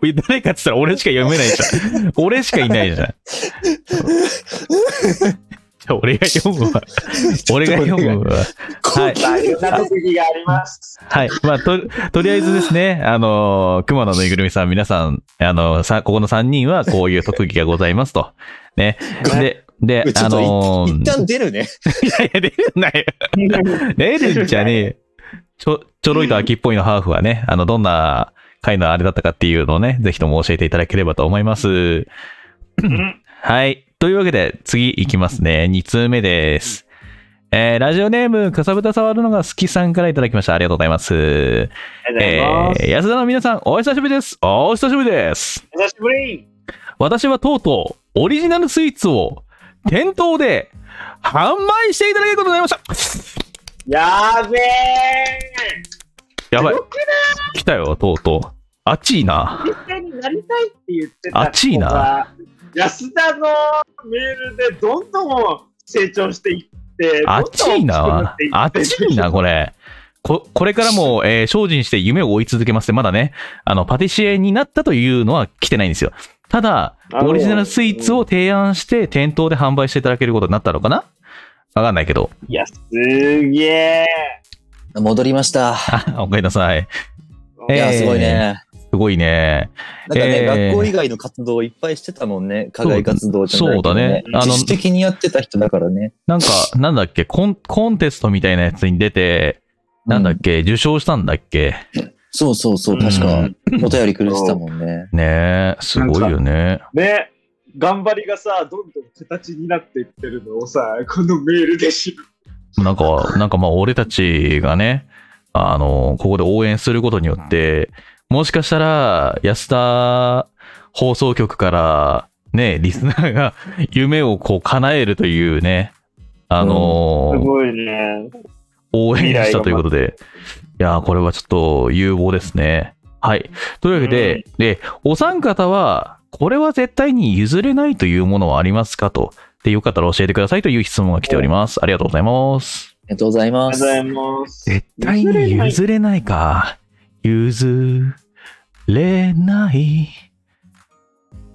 おい誰かって言ったら俺しか読めないじゃん。俺しかいないじゃん。じゃあ俺が読むわ。俺が読むわ。はい。大変な特技があります。はい。まあ、と、とりあえずですね、あのー熊野ぬいぐるみさん、皆さん、あのーさ、ここの3人はこういう特技がございますと。ね。で、で、ちょあっとい、のー一旦出るね。いやいや、出るんだ よ。出るんじゃねえよ。ちょ、ちょろいと秋っぽいのハーフはね、あの、どんな回のあれだったかっていうのをね、ぜひとも教えていただければと思います。 はい。というわけで、次いきますね。2通目です。えー、ラジオネーム、かさぶた触るのが好きさんからいただきました。ありがとうございます。ありがとうございます。えー、安田の皆さん、お久しぶりです。お久しぶりです。久しぶり私はとうとうオリジナルスイーツを店頭で販売していただけることになりましたやーべやばいよく来たよとうとうあっちいなー実際になりたいって言ってた熱いな安田のメールでどんどん成長していってあっちいなあっちいなこれここれからも、えー精進して夢を追い続けますってまだねあのパティシエになったというのは来てないんですよただなるほどオリジナルスイーツを提案して店頭で販売していただけることになったのかなわかんないけど いやすげえ戻りました。あおかえりなさいいや、えーすごいね。すごいねなんかね、えー学校以外の活動いっぱいしてたもんね。課外活動じゃないけど、そうだね。ねあの自主的にやってた人だからね。なんか、なんだっけ、コン、コンテストみたいなやつに出て、なんだっけ、受賞したんだっけ。そうそうそう、確か、お便りくれてたもんね。ねえ、すごいよね。ね頑張りがさどんどん形になっていってるのをさこのメールで知るなんか、なんかまあ、俺たちがね、あの、ここで応援することによって、もしかしたら、安田放送局から、ね、リスナーが 夢をこう叶えるというね、あの、ごいね応援したということで、いやー、これはちょっと有望ですね。はい。というわけで、で、お三方は、これは絶対に譲れないというものはありますかと。で、よかったら教えてくださいという質問が来ております。ありがとうございます。ありがとうございあまりがすと。うございます絶対に 譲れないか。譲れない。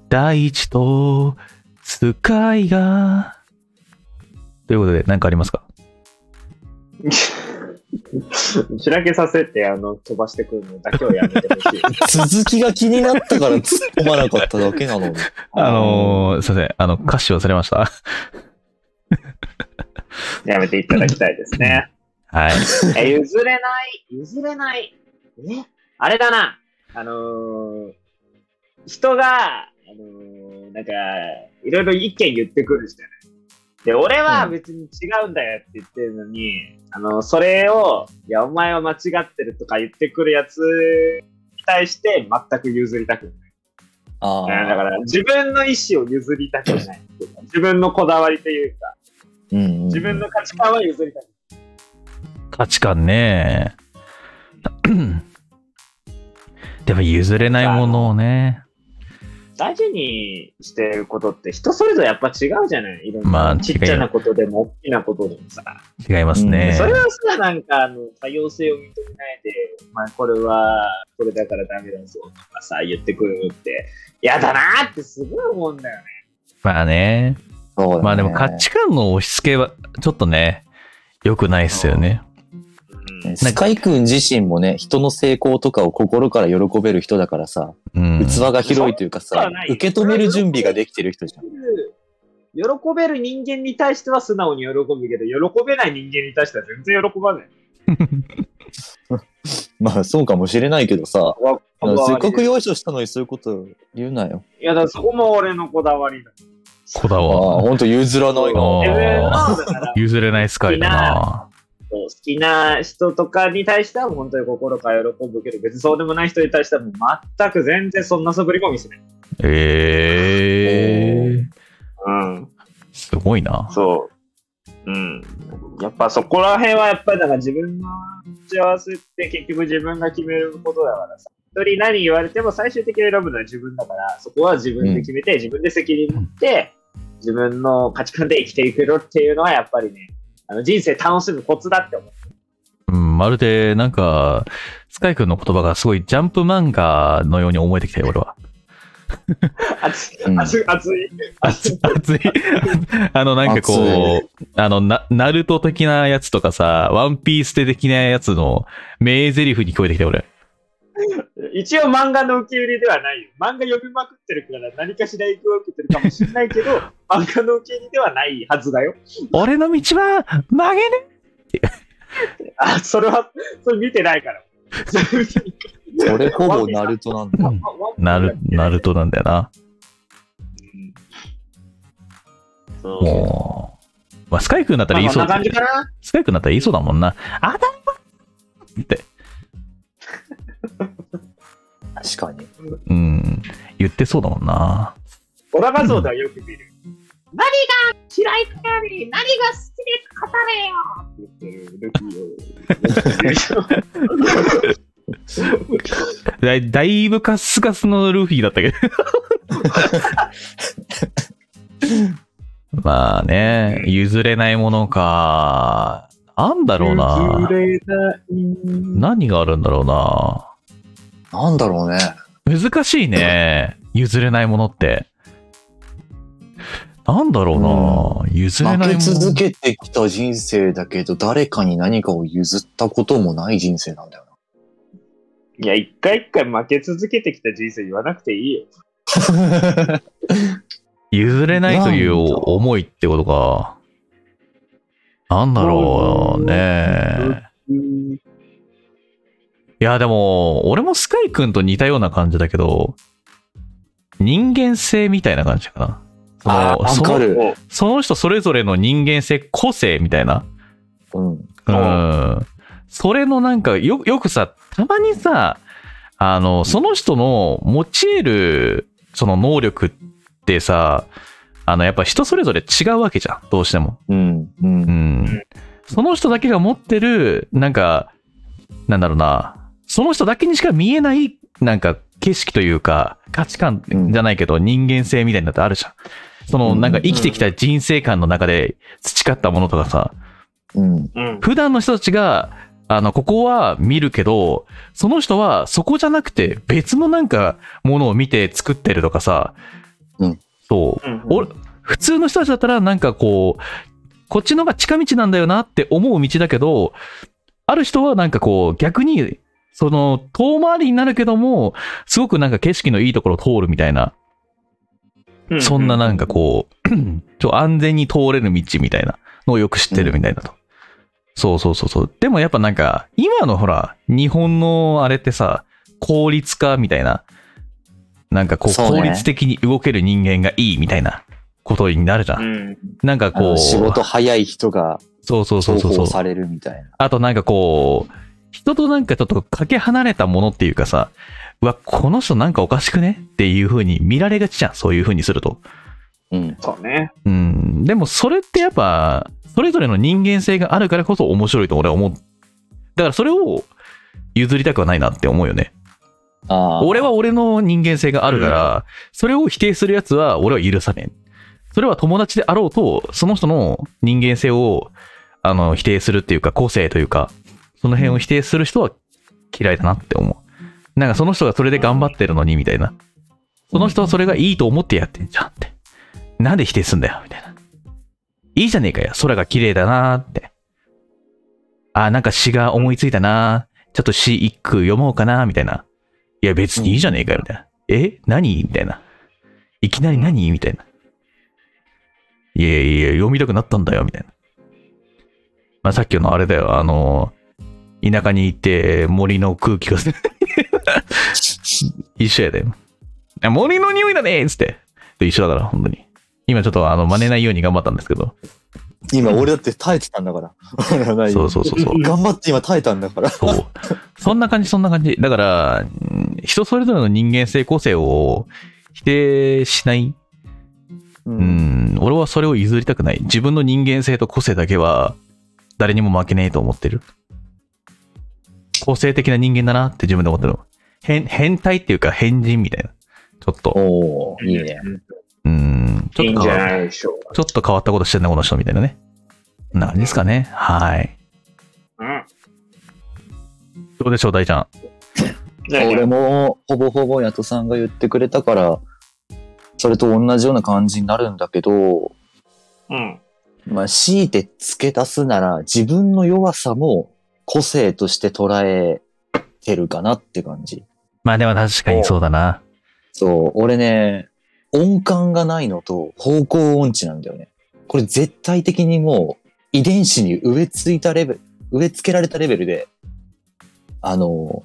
大地とスカイが。ということで、何かありますかしらけさせてあの飛ばしてくるのだけはやめてほしい続きが気になったから突っ込まなかっただけなの に。あのーすいません。あの、歌詞忘れました。やめていただきたいですねはい。 え譲れない、譲れない。ね、あれだな、あのー人が、あのーなんか、いろいろ意見言ってくるじゃない。で、俺は別に違うんだよって言ってるのに、あのそれを、いや、お前は間違ってるとか言ってくるやつに対して、全く譲りたくない。あだかあ。ら自分の意思を譲りたくないっていうか自分のこだわりというかうんうん自分の価値観は譲りたくない価値観ね。 でも譲れないものをね。大事にしてることって人それぞれやっぱ違うじゃないいろんな、まあちっちゃなことでも大きなことでもさ違いますえねえ。それはさ、なんか、あの、多様性を認めないで、まあ、これは、これだからダメだぞとかさ、言ってくるのって、やだなーってすごい思うんだよね。まあね。そうだねまあでも価値観の押し付けは、ちょっとね、良くないっすよね。うんスカイ君自身もね、人の成功とかを心から喜べる人だからさ、うん。器が広いというかそうさはない、よ受け止める準備ができてる人じゃん。喜べる人間に対しては素直に喜ぶけど、喜べない人間に対しては全然喜ばない。まあそうかもしれないけどさ、せっかくい用意したのにそういうこと言うなよ。や、だからそこも俺のこだわりだ。こだああわ。、ほんと譲らない あーな。自分のだから譲れないスカイだな。好きな人とかに対しては本当に心から喜ぶけど、別にそうでもない人に対してはもう全く全然そんな素振り込みしない。ええうん。すごいな。そう。うん。やっぱそこら辺はやっぱりだから自分の幸せって結局自分が決めることだからさ。人に何言われても最終的に選ぶのは自分だから、そこは自分で決めて、自分で責任持って、自分の価値観で生きていくよっていうのはやっぱりね、あの人生楽しむコツだって思う。うん、まるで、なんか、スカイ君の言葉がすごいジャンプ漫画のように思えてきたよ、俺は。熱い、うん熱い、熱い。熱い熱い。 あの、なんかこう、あの、な、ナルト的なやつとかさ、ワンピース的なやつの名台詞に聞こえてきたよ、俺。一応漫画の受け売りではないよ。漫画読みまくってるから何かしら影響を受けてるかもしれな いけど、漫画の受け売りではないはずだよ。俺の道は曲げねあ、それは、それ見てな いから。それほぼナルトなんだよ。なる、ナルトなんだよな。そう。もう。まあ、スカイ君だったまらあ、言いこそんうな感じかな。スカイ君だったら言いそうだもんな。あたり前って。確かに。うん。言ってそうだもんな。オラ画像ではよく見る。何が嫌いかより、何が好きで語れよって言ってるルフィを。だだいぶカスカスのルフィだったけど。 まあね、譲れないものか。なんだろうな。何があるんだろうな。なんだろうね。難しいね。譲れないものって。なんだろうな。譲れないも負けの。続けてきた人生だけど、誰かに何かを譲ったこともない人生なんだよいや、一回一回負け続けてきた人生言わなくていいよ。な。譲れないという思いってことか。なんだろうね。いや、でも、俺もスカイ君と似たような感じだけど、人間性みたいな感じかな。あそあ、のわそかのる。その人それぞれの人間性、個性みたいな。うん。うん。それのなんか、よ、よくさ、たまにさ、あの、その人の持ち得る、その能力ってさ、あの、やっぱ人それぞれ違うわけじゃん、どうしても。うん。う。うんん。その人だけが持ってる、なんか、なんだろうな、その人だけにしか見えない、なんか、景色というか、価値観うんじゃないけど、人間性みたいなのってあるじゃん。その、なんか生きてきた人生観の中で培ったものとかさ、うん。うん。普段の人たちが、あの、ここは見るけど、その人はそこじゃなくて別のなんかものを見て作ってるとかさ、うんそう。お普通の人たちだったらなんかこう、こっちの方が近道なんだよなって思う道だけど、ある人はなんかこう逆に、その遠回りになるけども、すごくなんか景色のいいところを通るみたいな、うんそんななんかこう、 ちょ安全に通れる道みたいなのをよく知ってるみたいだと。そうそうそうそう。でもやっぱなんか、今のほら、日本のあれってさ、効率化みたいな、なんかこう、そうね効率的に動ける人間がいいみたいなことになるじゃ。うんん。なんかあこのう、仕事早い人がそうそうそ重うそうそ宝う。されるみたいな。あとなんかこう、人となんかちょっとかけ離れたものっていうかさ、うわ、この人なんかおかしくねっていう風に見られがちじゃん、そういう風にすると。うん。そうね。うん、でもそれってやっぱ、それぞれの人間性があるからこそ面白いと俺は思う。だからそれを譲りたくはないなって思うよね。ああ。俺は俺の人間性があるから、それを否定するやつは俺は許さねえ。それは友達であろうと、その人の人間性をあの否定するっていうか、個性というか、その辺を否定する人は嫌いだなって思う。なんかその人がそれで頑張ってるのにみたいな。その人はそれがいいと思ってやってんじゃんって。なんで否定すんだよみたいな。いいじゃねえかよ。空が綺麗だなーって。あ、なんか詩が思いついたなー。ちょっと詩一句読もうかなーみたいな。いや、別にいいじゃねえかよ、みたいな。え何みたいな。いきなり何みたいな。いやいや、読みたくなったんだよ、みたいな。まあ、さっきのあれだよ、あの、田舎に行って森の空気がする。一緒やで。あ森の匂いだねつって。と一緒だから、本当に。今ちょっとあの真似ないように頑張ったんですけど。今俺だって耐えてたんだから。 そうそうそうそう。頑張って今耐えたんだから。そう。そんな感じ、そんな感じ。だから、うん人それぞれの人間性個性を否定しない。うう。ん、俺はそれを譲りたくない。自分の人間性と個性だけは、誰にも負けねえと思ってる。個性的な人間だなって自分で思ってるの。変、変態っていうか変人みたいな。ちょっと、おおいいね。うん、ちいいょっんとじ変ゃわないでしょうちょっと変わったことしてんな、この人みたいなね。こんな感じですかね。はい。か。うん。どうでしょう、大ちゃん。俺もほぼほぼヤトさんが言ってくれたから、それと同じような感じになるんだけど、うん。まあ、強いて付け足すなら自分の弱さも個性として捉えてるかなって感じ。まあでも確かにそうだな。そう、俺ね、音感がないのと方向音痴なんだよね。これ絶対的にもう遺伝子に植え付いたレベル、植え付けられたレベルで、あの、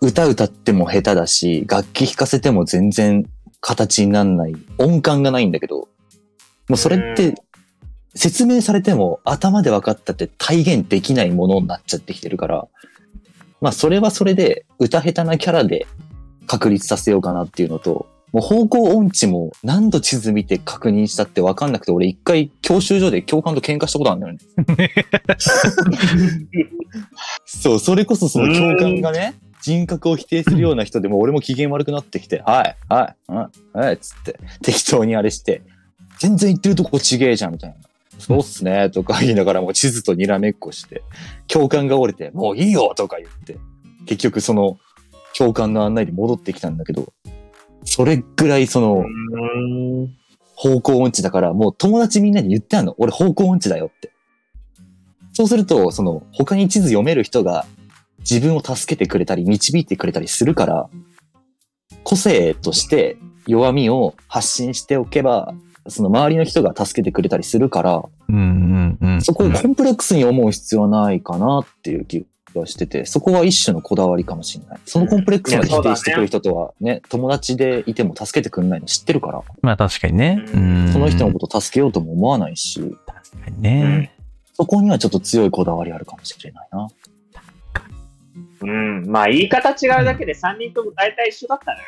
歌歌っても下手だし、楽器弾かせても全然形になんない、音感がないんだけど、もうそれっうてん説明されても頭で分かったって体現できないものになっちゃってきてるから、まあそれはそれで歌下手なキャラで確立させようかなっていうのと、もう方向音痴も何度地図見て確認したって分かんなくて、俺一回教習所で教官と喧嘩したことあるんだよね。 そう、それこそその教官がね、人格を否定するような人でもう俺も機嫌悪くなってきて、はい、はい、はい、はい、つって適当にあれして、全然言ってるとこちげえじゃんみたいな。そうっすね、とか言いながらもう地図とにらめっこして、教官が折れて、もういいよとか言って、結局その教官の案内で戻ってきたんだけど、それぐらいその、うん。方向音痴だから、もう友達みんなに言ってあんの。俺方向音痴だよって。そうすると、その、他に地図読める人が自分を助けてくれたり、導いてくれたりするから、個性として弱みを発信しておけば、その周りの人が助けてくれたりするから、うんうんうん。そこをコンプレックスに思う必要はないかなっていう気がしてて、そこは一種のこだわりかもしれない。そのコンプレックスまで否定してくる人とはね、友達でいても助けてくれないの知ってるから。まあ確かにね。ううん。その人のこと助けようとも思わないし、確かにね。そこにはちょっと強いこだわりあるかもしれないな。うん。まあ、言い方違うだけで3人とも大体一緒だったね。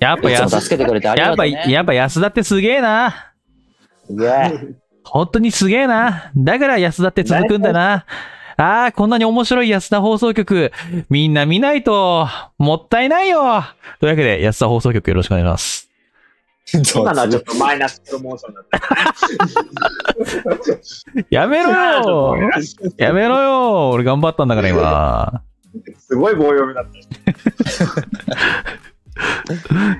やっぱいつも安、助けてくれてありやがっとう、ぱ、ね。やっぱ安田ってすげえな。本当にすげえな。だから安田って続くんだな。ああ、こんなに面白い安田放送局、みんな見ないと、もったいないよ。というわけで、安田放送局よろしくお願いします。今のはちょっ雑とマイナスプロモーションだった。やめろよやめろよ俺頑張ったんだから今。すごい棒読みだった。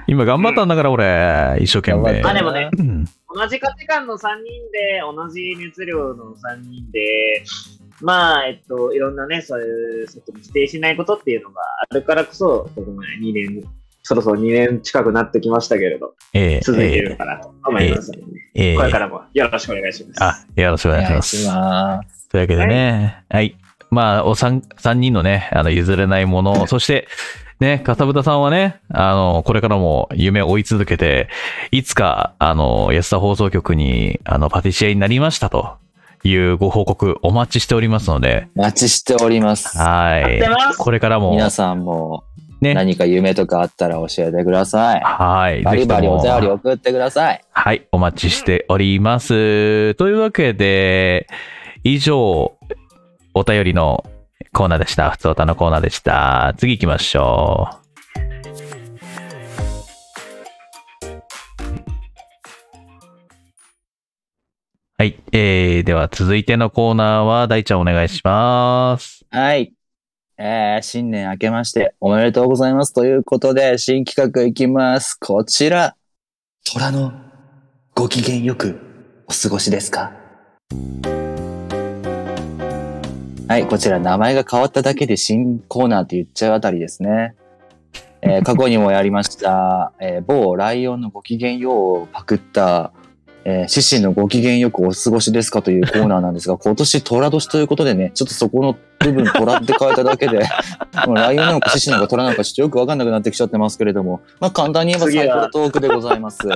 今頑張ったんだから俺、一生懸命。まあでもね、うん同じ価値観の3人で、同じ熱量の3人で、まあ、えっと、いろんなね、そういう、そこに否定しないことっていうのがあるからこそ、ここまで2年、そろそろ2年近くなってきましたけれど、ええ続いてるからと思いますので、ええこれからもよろしくお願いします。あ、よろしくお願いします。ます。というわけでね、はい。まあ、お三、三人のね、あの、譲れないも の、そして、ね、かさぶたさんはね、あの、これからも夢を追い続けて、いつか、あの、安田放送局に、あの、パティシエになりましたというご報告お待ちしておりますので、お待ちしております。は待ってまい。すこれからも、皆さんも、ね。何か夢とかあったら教えてください。はい。バぜリひとバリもお便り送ってください。はい、お待ちしております。というわけで、以上、お便りのコーナーでした。ふつおたのコーナーでした。次行きましょう。はい、えー、では続いてのコーナーは、大ちゃんお願いします。はい。えー、新年明けましておめでとうございます。ということで、新企画いきます。こちら。虎のご機嫌よくお過ごしですかはい、こちら名前が変わっただけで新コーナーって言っちゃうあたりですね。えー過去にもやりました、えー某ライオンのご機嫌ようをパクった、えー、獅子のご機嫌よくお過ごしですかというコーナーなんですが、今年虎年ということでね、ちょっとそこの部分虎って変えただけで、もうライオンなのか獅子なのか虎なのかちょっとよくわかんなくなってきちゃってますけれども、まあ簡単に言えばサイコロトークでございます。来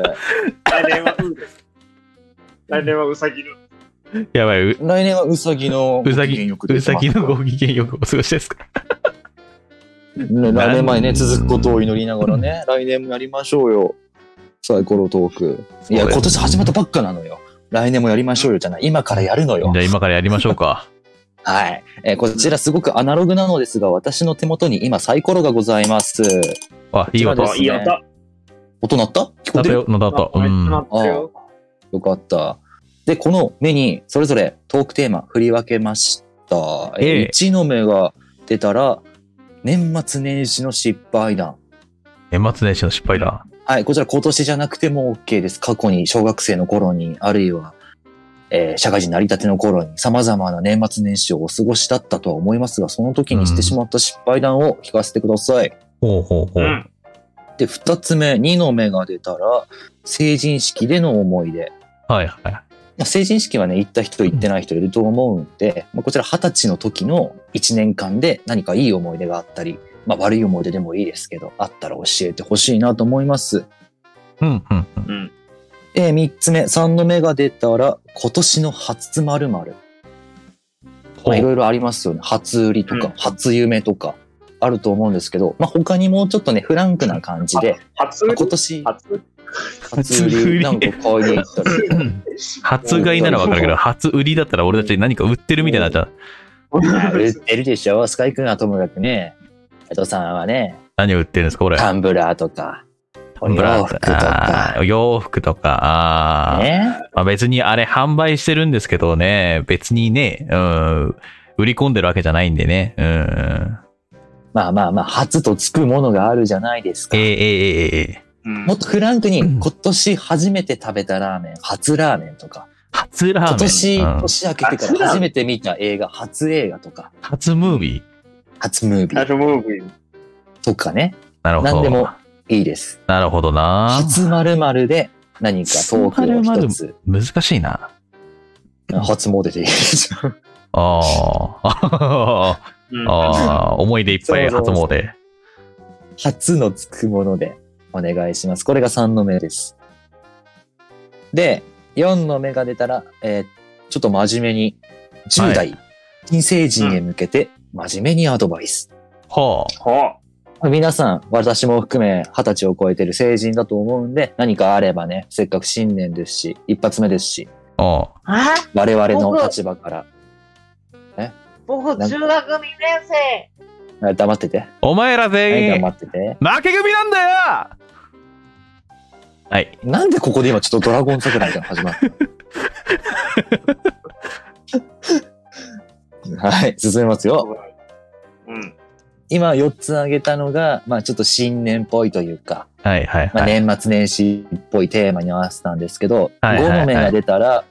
年はうです。来年はうさぎの。やばい、う来年はウサギのうさご機嫌ぎよ、くでうすかさぎのご機嫌よくお過ごしですかね、来年までね、続くことを祈りながらね、来年もやりましょうよ。サイコロトーク。いや、そうだよ今年始まったばっかなのよ。来年もやりましょうよじゃない。今からやるのよじ。ゃあ今からやりましょうか。はい。えーこちらすごくアナログなのですが、私の手元に今サイコロがございます。あ、いい音。こちらですねいい音。音鳴った聞こだってたえるよ、のだと。うん。なったよ。よかった。で、この目にそれぞれトークテーマ振り分けました。えええー、1の目が出たら、年末年始の失敗談。年末年始の失敗だ。はい、こちら今年じゃなくても OK です。過去に小学生の頃に、あるいは、えー社会人成り立ての頃に様々な年末年始をお過ごしだったとは思いますが、その時にしてしまった失敗談を聞かせてください。ほうほうほう。うん。で、二つ目、二の目が出たら、成人式での思い出。はいはい。まあ成人式はね、行った人、行ってない人いると思うんで、まあ、こちら二十歳の時の一年間で何かいい思い出があったり、まあ悪い思い出でもいいですけど、あったら教えてほしいなと思います。うんうんうん。うん。えー、3つ目、3の目が出たら、今年の初まるまる。まあいろいろありますよね。初売りとか、うん初夢とか、あると思うんですけど、まあ、他にもうちょっとね、フランクな感じで、初まあ売り今年、初売り初売りなんか買いに行ったり、初買いならわかるけど、初売りだったら俺たち何か売ってるみたいになっちゃう。まあ売ってるでしょ。スカイ君はともかくね、江戸さんはね、何を売ってるんですか、これ。タンブラーとか、お洋服とあーか、お洋服とか。あーね。まあ、別にあれ販売してるんですけどね、別にね、うん、売り込んでるわけじゃないんでね。うん。まあまあまあ、初とつくものがあるじゃないですえか。ー、えー、えー、えー。うんもっとフランクに、うん今年初めて食べたラーメン、初ラーメンとか、初ラーメン。今年、うん年明けてから初めて見た映画、初映画とか、初ムービー。初ムービ最ー初ムービー。とかね、なるほど。何でもいいです。なるほどな。初〇〇で何かトークを一つ、難しいな。初詣でいいです。ああ。うんああ、思い出いっぱい初詣。 初のつくものでお願いします。これが3の目です。で、4の目が出たら、えーちょっと真面目に、10代、は新成人へ向けて真面目にアドバイス。はあ。ほ皆さん、私も含め、二十歳を超えてる成人だと思うんで、何かあればね、せっかく新年ですし、一発目ですし、ああ我々の立場から、僕、中学2年生。あ黙ってて。お前らはい、全員、黙ってて。負け組なんだよはい。なんでここで今ちょっとドラゴン桜みたいなの始まる はい、進めますよ。う。うん。今4つ挙げたのが、まあちょっと新年っぽいというか、はいはいまあ、はい。年末年始っぽいテーマに合わせたんですけど、はいはいはい5の目が出たら、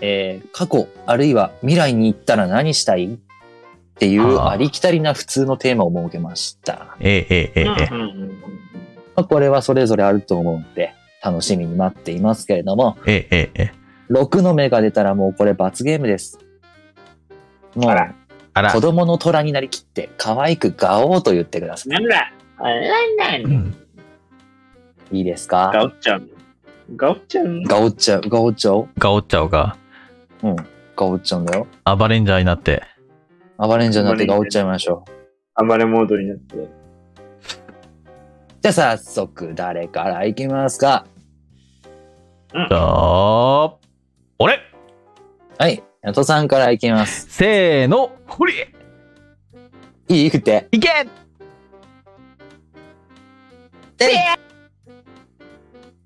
えー過去あるいは未来に行ったら何したいっていうあーありきたりな普通のテーマを設けました。ええええええ。まあ、これはそれぞれあると思うんで、楽しみに待っていますけれども、ええええええ。 6の目が出たらもうこれ罰ゲームです。もあうあら子。供の虎になりきって可愛くガオーと言ってくださなんだあなんだうんい。いいですかガオちゃん。ガオちゃん。ガオッチャ、ガオッチャをがおっちゃおが、うん。ガオッチャんだよ。暴れんじゃいになって。暴れんじゃなくてガオッチャいましょう。暴れモードになって。じゃあ早速、誰からいきますか。じゃあ、俺はい。ヤトさんからいきます。せーの、ほりいい振って。いけ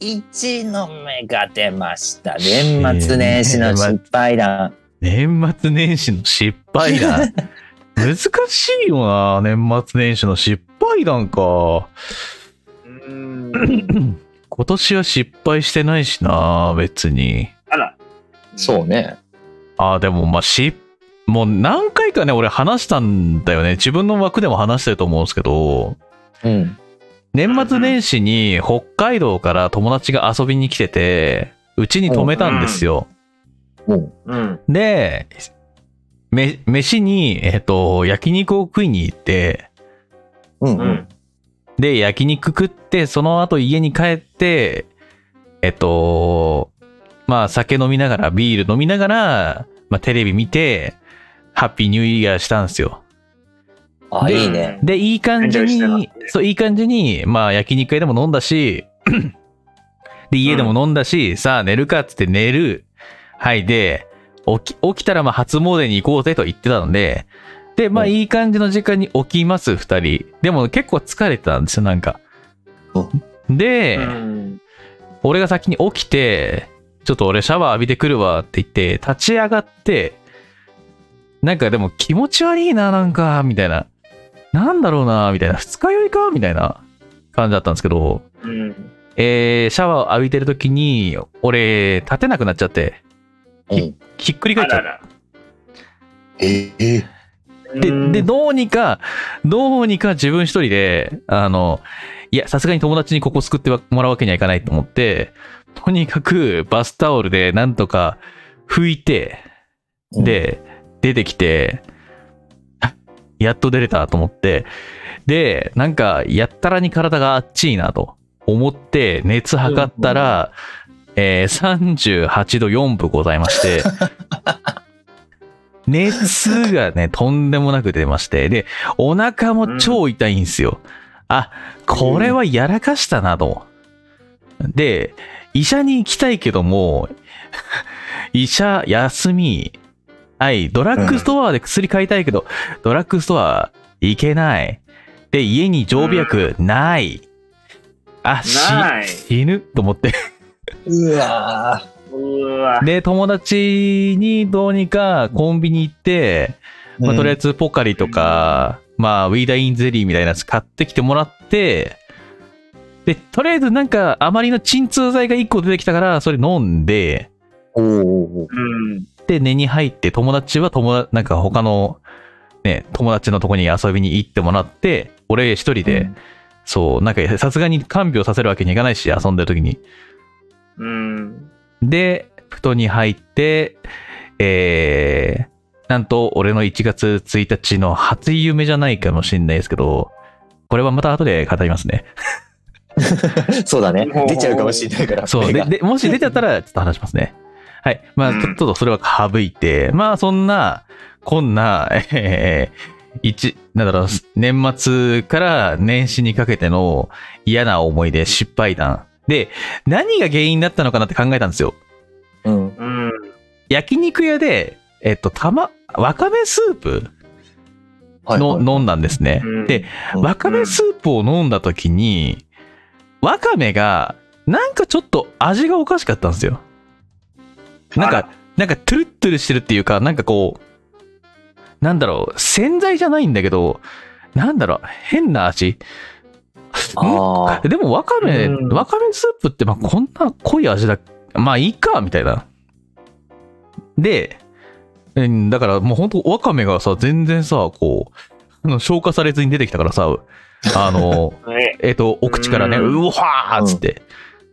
1の目が出ました。年末年始の失敗談。年末年始の失敗 談。難しいよな、年末年始の失敗談か。うーん。今年は失敗してないしな、別に。あら。そうね。あーでもまあしもう何回かね俺話したんだよね自分の枠でも話してると思うんですけどうん。年末年始に北海道から友達が遊びに来ててうちに泊めたんですよ、うん。でめ飯にえっと焼肉を食いに行ってうん。ううん。ん。で焼肉食ってその後家に帰ってえっとまあ酒飲みながらビール飲みながら、まあ、テレビ見てハッピーニューイヤーしたんですよあ、いいね。で、いい感じ Enjoy してなっに、そう、いい感じに、まあ、焼肉屋でも飲んだ し、で、家でも飲んだし、さあ、寝るかっつって寝る。はい、で、起き、起きたら、まあ、初詣に行こうぜと言ってたので、で、まあ、うんいい感じの時間に起きます、二人。でも、結構疲れてたんですよ、なんか。で、うん。俺が先に起きて、ちょっと俺シャワー浴びてくるわって言って、立ち上がって、なんかでも気持ち悪いな、なんか、みたいな。なんだろうな、みたいな。二日酔いかみたいな感じだったんですけど、うん。えー、シャワーを浴びてる時に、俺、立てなくなっちゃって、うん。ひっくり返あっちゃらっら。ええ。て、うんで、どうにか、どうにか自分一人で、あの、いや、さすがに友達にここ救ってもらうわけにはいかないと思って、とにかくバスタオルでなんとか拭いて、で、出てきて、あやっと出れたと思って、で、なんか、やったらに体があっちいなと思って、熱測ったら、えー38度4分ございまして、熱がね、とんでもなく出まして、で、お腹も超痛いんですよ。あ、これはやらかしたなと。で、医者に行きたいけども、医者休み、はい、ドラッグストアで薬買いたいけど、ドラッグストア行けない。で、家に常備薬ない。あ、しない死ぬと思って。うわぁ。うわ。で、友達にどうにかコンビニ行って、まあ、とりあえずポカリとか、まあ、ウィーダインゼリーみたいなやつ買ってきてもらって、で、とりあえずなんか、あまりの鎮痛剤が1個出てきたから、それ飲んで、おーおーうん。で、寝に入って、友達は友達、なんか他の、ね、友達のとこに遊びに行ってもらって、俺一人で、そう、なんかさすがに看病させるわけにいかないし、遊んでる時に。うん。で、布団に入って、えー、なんと俺の1月1日の初夢じゃないかもしれないですけど、これはまた後で語りますね。おー。そうだね。出ちゃうかもしれないから。そう。目で、がでもし出ちゃったら、ちょっと話しますね。はい。まあ、うんちょっとそれは省いて、まあ、そんな、こんな、えー、一、なんだろう、年末から年始にかけての嫌な思い出、失敗談。で、何が原因だったのかなって考えたんですよ。うん。うん。焼肉屋で、えっと、たま、わかめスープはいの、はい。飲んだんですね。うんで、うんわかめスープを飲んだ時に、わかめが、なんかちょっと味がおかしかったんですよ。なんあか、なんかトゥルットゥルしてるっていうか、なんかこう、なんだろう、洗剤じゃないんだけど、なんだろう、変な味。あでもわかめ、うんわかめスープってまあこんな濃い味だまあいいかみたいなでうんだからもうほんとわかめがさ全然さこうあの消化されずに出てきたからさあの ええっとお口からねうんうわーっつって、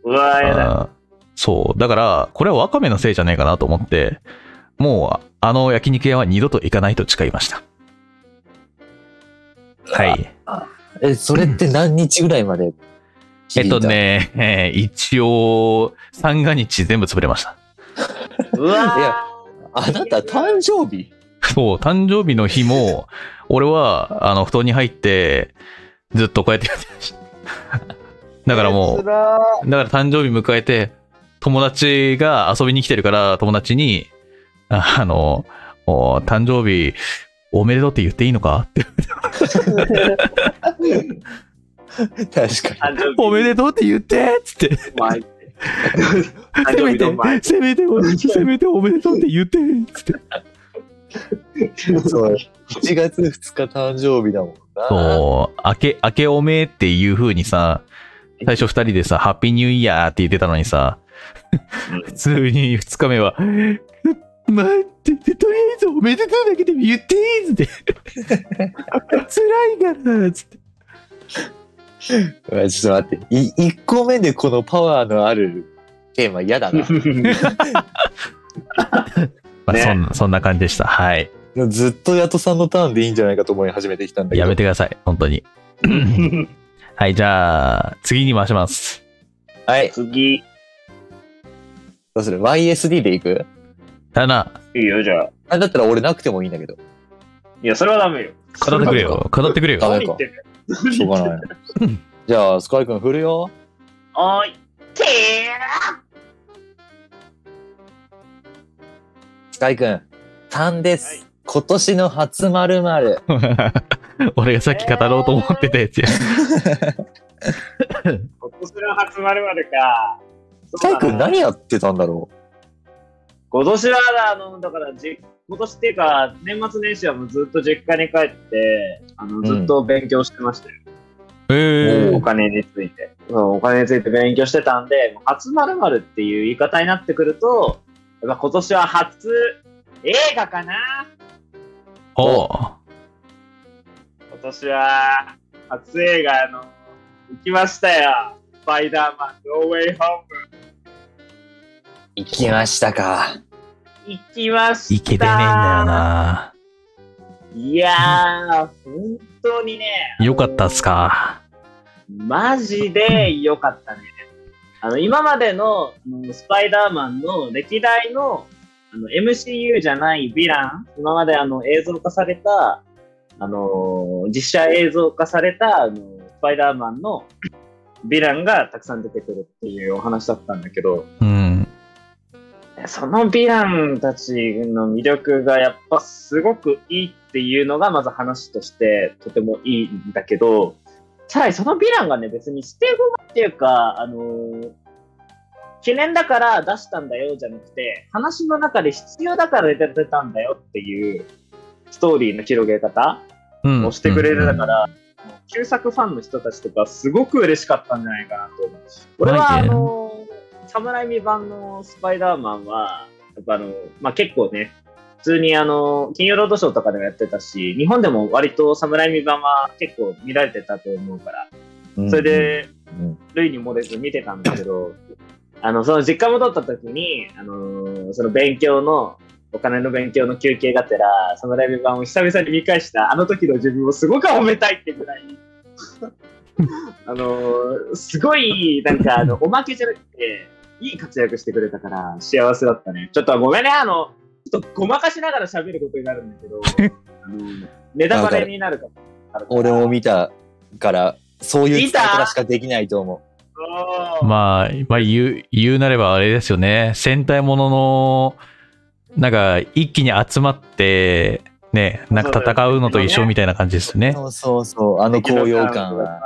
うわ、やだ。あーそうだからこれはわかめのせいじゃないかなと思ってもうあの焼肉屋は二度と行かないと誓いましたはいあ。え、それって何日ぐらいまでえっと。ね、 えー一応、三が日全部潰れました。ういやわ。あなた誕生日そう、誕生 日の日も、俺は、あの、布団に入って、ずっとこうやってやってました。 だからもうつ、らーだから誕生日迎えて、友達が遊びに来てるから、友達に、ああの、お誕生日おめでとうって言っていいのか って、確かに。誕生日おめでとうって言ってっつって、お前ってせ誕生め日のお前て、せめてお、 せめておめでとうって言ってっつって。そう。1月2日誕生日だもんな。そう、明け、明けおめえっていう風にさ、最初二人でさ、ハッピーニューイヤーって言ってたのにさ、普通に二日目は、待ってて、とりあえずおめでとうだけでも言っていいっつって。辛いから、つって。うわちょっと待って。い1個目でこのパワーのあるテーマ嫌だな。まあ、ねそんな、そんな感じでした。はい。ずっとヤトさんのターンでいいんじゃないかと思い始めてきたんだけど。やめてください、本 当に。はい、じゃあ、次に回します。はい。 次、いどうする ?YSD でいくだな、いよ、じゃあ。あだったら俺なくてもいいんだけど。いや、それはダメよ。語ってくれよ。語ってくれダよ。メ何言かって。んだよしょうが ない。じゃあ、スカイ君振るよ。おーい。てスカイ君、3です。はい今年の初〇〇。 俺がさっき語ろうと思ってたやつや。ー今年の初まるまでか。スカイ君何やってたんだろ今年は、あの、だから、じ今年っていうか、年末年始はもうずっと実家に帰って、あの、ずっと勉強してましたよ。えお金について。そうお金について勉強してたんで、初まるまるっていう言い方になってくると、やっぱ今年は初映画かなお今年は初映画の行きましたよ。スパイダーマン、ノーウェイホーム。う行きましたか。行きました。いけてねえんだよ。ないやー、本当にね。よかったっすかマジで良かったね。あの、今までのあのスパイダーマンの歴代のあの MCU じゃないヴィラン、今まであの映像化された、あのー実写映像化された、あのスパイダーマンのヴィランがたくさん出てくるっていうお話だったんだけど、うん。そのヴィランたちの魅力がやっぱすごくいいっていうのがまず話としてとてもいいんだけど、さらにそのヴィランがね別に捨て駒っていうか、あのー記念だから出したんだよじゃなくて、話の中で必要だから出たんだよっていうストーリーの広げ方うん。。をしてくれるだからら、旧作ファンの人たちとかすごく嬉しかったんじゃないかなと思う。俺はマあジでの、サムライミ版のスパイダーマンは、やっぱあの、まあ、結構ね、普通にあの、金曜ロードショーとかでもやってたし、日本でも割とサムライミ版は結構見られてたと思うから、それで、うん、うん類に漏れず見てたんだけど、あの、その実家戻った時に、あのーその勉強の、お金の勉強の休憩がてら、サムライブ版を久々に見返した、あの時の自分をすごく褒めたいってぐ らい、あのーすごい、なんか、あの、おまけじゃなくて、いい活躍してくれたから、幸せだったね。ちょっとごめんね、あの、ちょっとごまかしながら喋ることになるんだ けど、あのネタバレになるかも。俺も見たから、そういう使い方しかできないと思そうまあ、まあ言う、言うなればあれですよね。戦隊ものの、なんか、一気に集まって、ね、なんか戦うのと一緒みたいな感じですよう。ね。そうそうそう、あの高揚感は。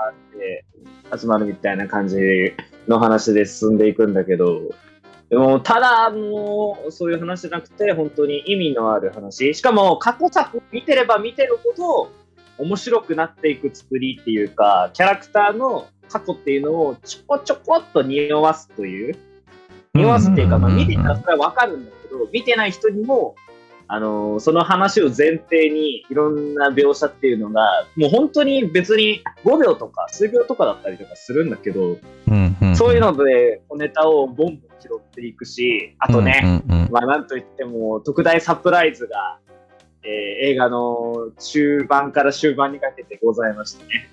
集まるみたいな感じの話で進んでいくんだけど、でもただもうそういう話じゃなくて、本当に意味のある話、しかも過去作を見てれば見てるほど、面白くなっていく作りっていうか、キャラクターの過去っていうのをちょこちょこっと匂わすという、匂わすっていうか、まあ、見てたらそれはわかるんだけど、見てない人にも、あのーその話を前提にいろんな描写っていうのが、もう本当に別に5秒とか数秒とかだったりとかするんだけど、うんんんそういうのでおネタをボンボン拾っていくし、あとね、うんうんうんまあ、なんといっても特大サプライズが、えー映画の中盤から終盤にかけてございましたね。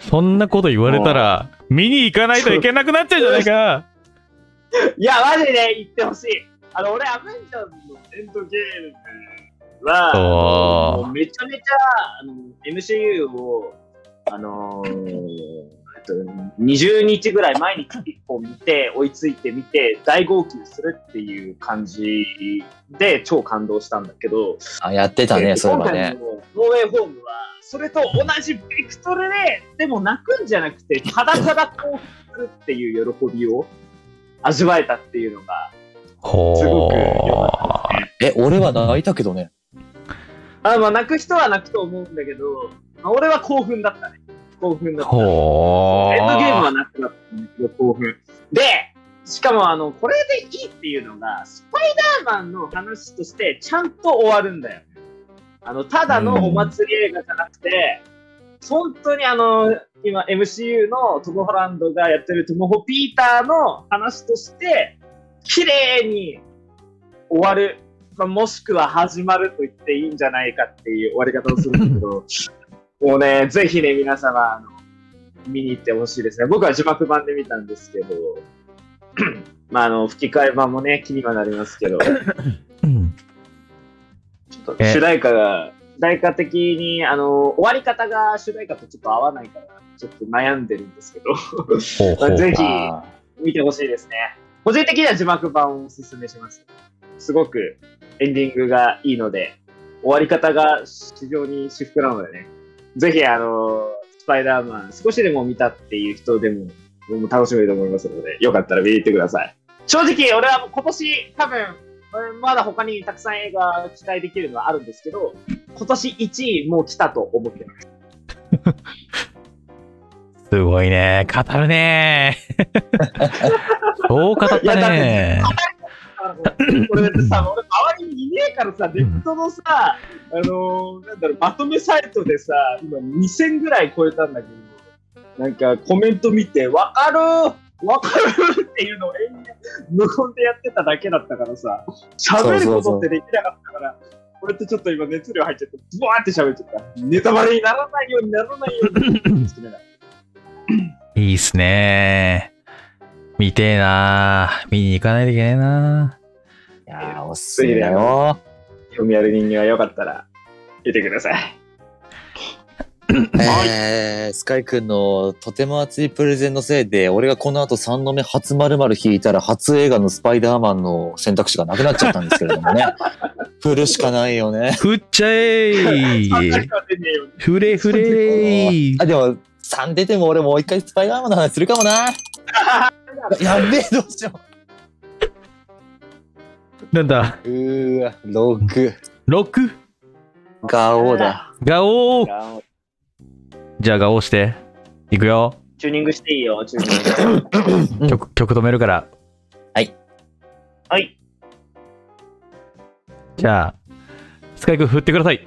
そんなこと言われたら、見に行かないといけなくなっちゃうじゃないか。 いや、マジで言ってほしい。あの、俺、アベンジャーズのエンドゲームは、おーもうめちゃめちゃあの MCU をあのーえっと、20日ぐらい毎日1本見て、追いついてみて、大号泣するっていう感じで超感動したんだけど、あ、やってたえね、ーそういえば今回ね。のノーウェイホームは、それと同じベクトルで、でも泣くんじゃなくて、ただただ興奮するっていう喜びを味わえたっていうのが、ほすごく良ーかったですえ、ね。俺は泣いたけどね。あまあ、泣く人は泣くと思うんだけど、まあ、俺は興奮だったね。興奮だった。ほエンドゲームーはなくなったんですよ、興奮。で、しかもあの、これでいいっていうのが、スパイダーマンの話としてちゃんと終わるんだよ。あの、ただのお祭り映画じゃなくて、本当にあの、今 MCU のトム・ホランドがやってるトム・ホ・ピーターの話として、綺麗に終わる。まあ、もしくは始まると言っていいんじゃないかっていう終わり方をするんだけど、もうね、ぜひね、皆様、あの見に行ってほしいですね。僕は字幕版で見たんですけど、まあ、あの、吹き替え版もね、気にはなりますけど、ちうんょっとえ主題歌が、主題歌的に、あの、終わり方が主題歌とちょっと合わないから、ちょっと悩んでるんですけど、ほうほまあうぜひあ見てほしいですね。個人的には字幕版をおすすめします。すごくエンディングがいいので、終わり方が非常に至福なのでね、ぜひあの、スパイダーマン少しでも見たっていう人でも、もう楽しめると思いますので、よかったら見に行ってください。正直、俺はもう今年多分、うんまだ他にたくさん映画期待できるのはあるんですけど、今年1位もう来たと思ってます。すごいね。語る ね。そう語ったいやだってね。だからもうこれだっ てさ、俺周りにいねえからさ、ネットのさ、あのーなんだろう、まとめサイトでさ、今2000ぐらい超えたんだけど、なんかコメント見て、わかるわかるっていうのを延々無言でやってただけだったからさ、喋ることってできなかったから、俺ってちょっと今熱量入っちゃって、ブワーって喋っちゃった。ネタバレにならないようにならないよう にしてながらいいっすね。見てえな。見に行かないといけないな。ーいやー、おすすめだよ。興味ある人間はよかったら、見てください。えー、スカイくんのとても熱いプレゼンのせいで、俺がこの後3の目初〇〇引いたら、初映画のスパイダーマンの選択肢がなくなっちゃったんですけれども ね。振るしかないよね。振っちゃえい3着は 出ねえよ振れ振れいあ、でも、3出ても俺もう一回スパイダーマンの話するかも な。やべえ、どうしよなんだ、う。うーわ、6。 6ガオだ。ガオーじゃあガオーして。いくよ。チューニングしていいよ、チューニングして。 うん曲曲止めるから。はい。じゃあ、スカイ君振ってください。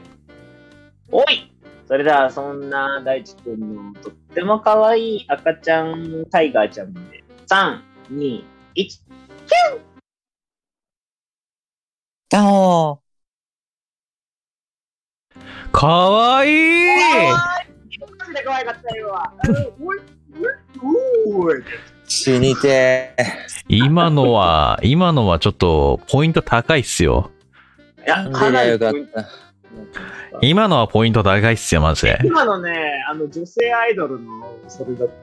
おいそれでは、そんな大地くんのとっても可愛い赤ちゃん、タイガーちゃんまで。3、2、1。ガオかわいいマジで可愛かったよ。おい、おい、おい。死にてー。今のは、今のはちょっとポイント高いっすよ。いや、かなりよかっポイントた。今のはポイント高いっすよ、マジで。今のね、あの女性アイドルのそれだった。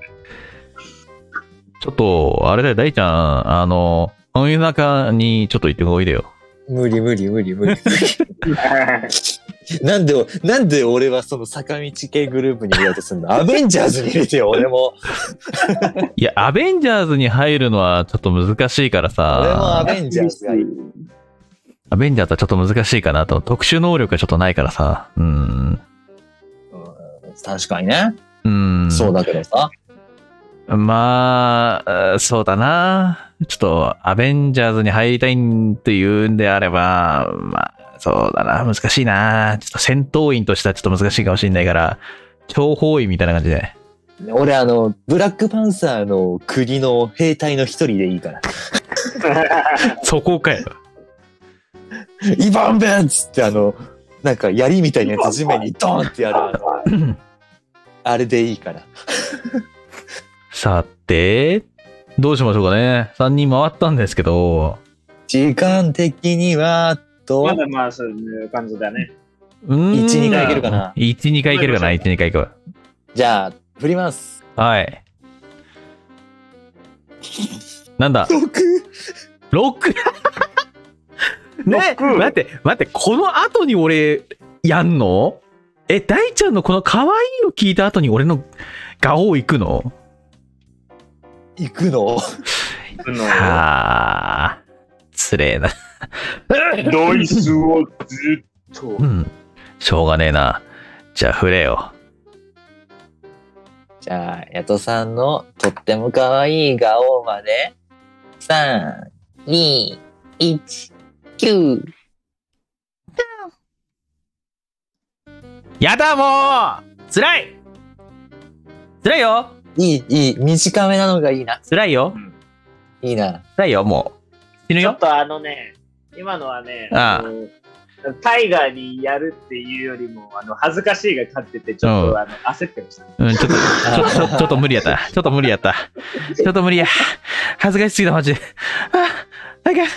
ちょっと、あれだよ、大ちゃん、あの、この中にちょっと行ってこいでよ。無理無理無理無理。 なんで、なんで俺はその坂道系グループに入れようとするのアベンジャーズに入れてよ、俺も。いや、アベンジャーズに入るのはちょっと難しいから俺もさ、アベンジャーズがいい。アベンジャーズはちょっと難しいかなと。特殊能力がちょっとないからさ。うん。確かにね。うん。そうだけどさ。まああ、そうだな。ちょっと、アベンジャーズに入りたいっていうんであれば、まあ、そうだな。難しいな。ちょっと戦闘員としてはちょっと難しいかもしれないから、諜報員みたいな感じで。俺あの、ブラックパンサーの国の兵隊の一人でいいから。そこかよ。イバンベンっつってあの、なんか槍みたいなやつ地面にドンってやるあの。あれでいいから。さて、どうしましょうかね。3人回ったんですけど、時間的には、とま、だまあ、そういう感じだね。うーん1、2回いけるかな。 1、2回いけるかな、1、2回いける。じゃあ、振ります。はい。なんだ僕ロ ックね待って待ってこの後に俺やんのえ大ちゃんのこの可愛いを聞いた後に俺のガオー行くの行くのはあつれえなドイスをずっとう。んしょうがねえなじゃあ触れよじゃあ、ヤトさんのとっても可愛いガオーまで、3、2、1、9。やだもうつらいつらいよいい、いい、短めなのがいいな。つらいよいいな。つらいよもう死ぬちょっよとあのね、今のはね、ああのタイガーにやるっていうよりも、あの恥ずかしいが勝ってて、ちょっうんとあの焦ってました。うんちょっとちょちょちょっと無理やったちょっと無理やったちょっと無理や恥ずかしすぎたマジであなんか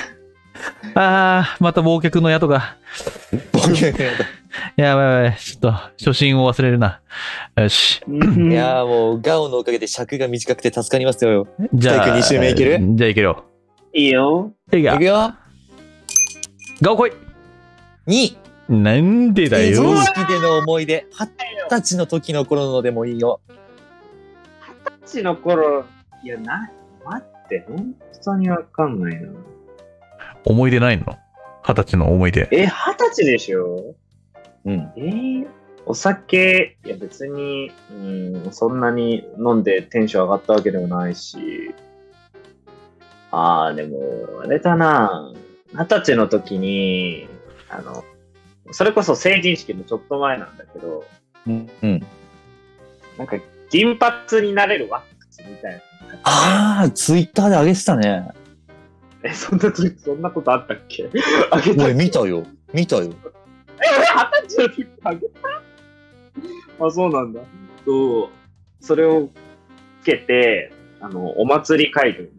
あーまた忘却の宿が僕いやばいやばい、ちょっと、初心を忘れるな。よし。やーもう、ガオのおかげで尺が短くて助かりますよ。じゃあ、体育二周目いけるじゃあいけるよ。いいよ。いいいかく、よ。ガオ来い2、なんでだ成よ。人式での思い出。二十歳の時の頃のでもいいよ。うちの頃、いや、な、待って、本当にわかんないな。思い出ないの二十歳の思い出。え、二十歳でしょうん。えーお酒、いや別に、うん、そんなに飲んでテンション上がったわけでもないし。ああ、でも、あれだな。二十歳の時に、あの、それこそ成人式のちょっと前なんだけど、うん。なんか銀髪になれるワックスみたいな。あー、ツイッターで上げてたね。え、そんな時、そんなことあったっけあげた俺見たよ。見たよ。え、俺二十歳の時あげた あ、そうなんだ。そう。それをつけて、あの、お祭り会場に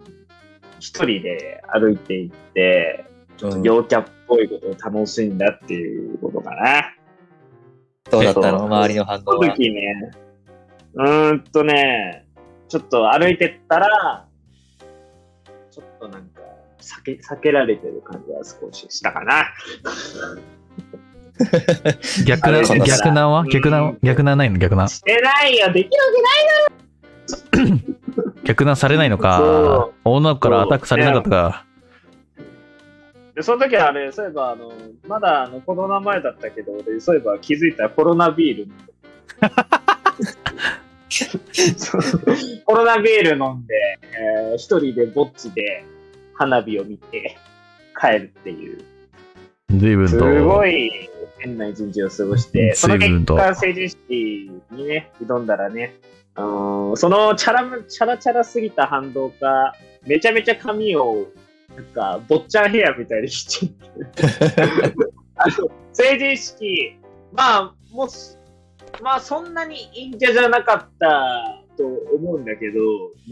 一人で歩いていって、うん陽キャっぽいことを楽しんだっていうことかな。どうだったえっのと周りの反応そのは。時ね、うーんとね、ちょっと歩いてったら、ちょっとなんか、避け、避けられてる感じは少ししたかな。逆な、あれ逆なはうん逆な、逆なないの逆な。してないよ、できる逆なされないのそかう。女の子からアタックされなかったか。で、その時あれ、そういえば、あの、まだあのコロナ前だったけど、俺、そういえば気づいたらコロナビール飲ん でそうコロナビール飲んで、えー一人でぼっちで花火を見て帰るっていう、随分すと。ごい変な一日を過ごして、その随分結と果、成人式にね、挑んだらね、あのーそのチャラむ、チャラチャラすぎた反動か、めちゃめちゃ髪を、なんか、坊っちゃんヘアみたいにしちゃって成人式、まあ、もし、まあ、そんなに陰キャじゃなかったと思うんだけど、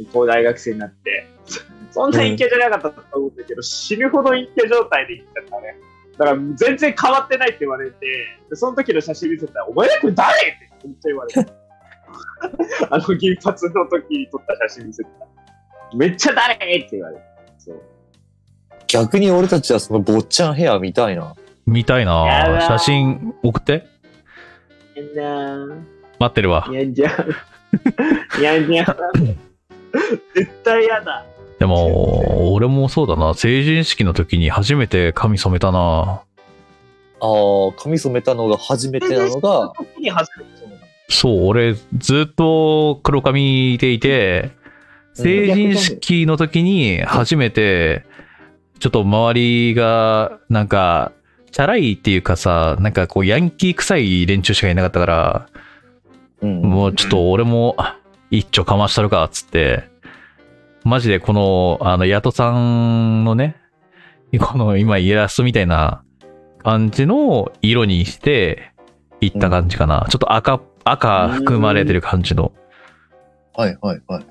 向こう大学生になって、 そんな陰キャじゃなかったと思うんだけど、死ぬほど陰キャ状態で行っちゃったね。だから、全然変わってないって言われて、でその時の写真見せたら、お前これ誰ってめっちゃ言われて。 あの銀髪の時に撮った写真見せたら、めっちゃ誰って言われて。そう逆に俺たちはその坊ちゃんヘア見たいな。見たいやなだー写真送って。やんなー待ってるわ。やんじゃう。やんじゃう。絶対やだ。でも、俺もそうだな。成人式の時に初めて髪染めたな。あー、髪染めたのが初めてなのが、時に初めてそうそう、俺、ずっと黒髪でいて、うん成人式の時に初めて、ちょっと周りが、なんか、チャラいっていうかさ、なんかこう、ヤンキー臭い連中しかいなかったから、うんもうちょっと俺も、一丁かましたるか、っつって、マジでこの、あの、ヤトさんのね、この今、イラストみたいな感じの色にして、いった感じかな。ちょっと赤、赤含まれてる感じの。はいはいはい。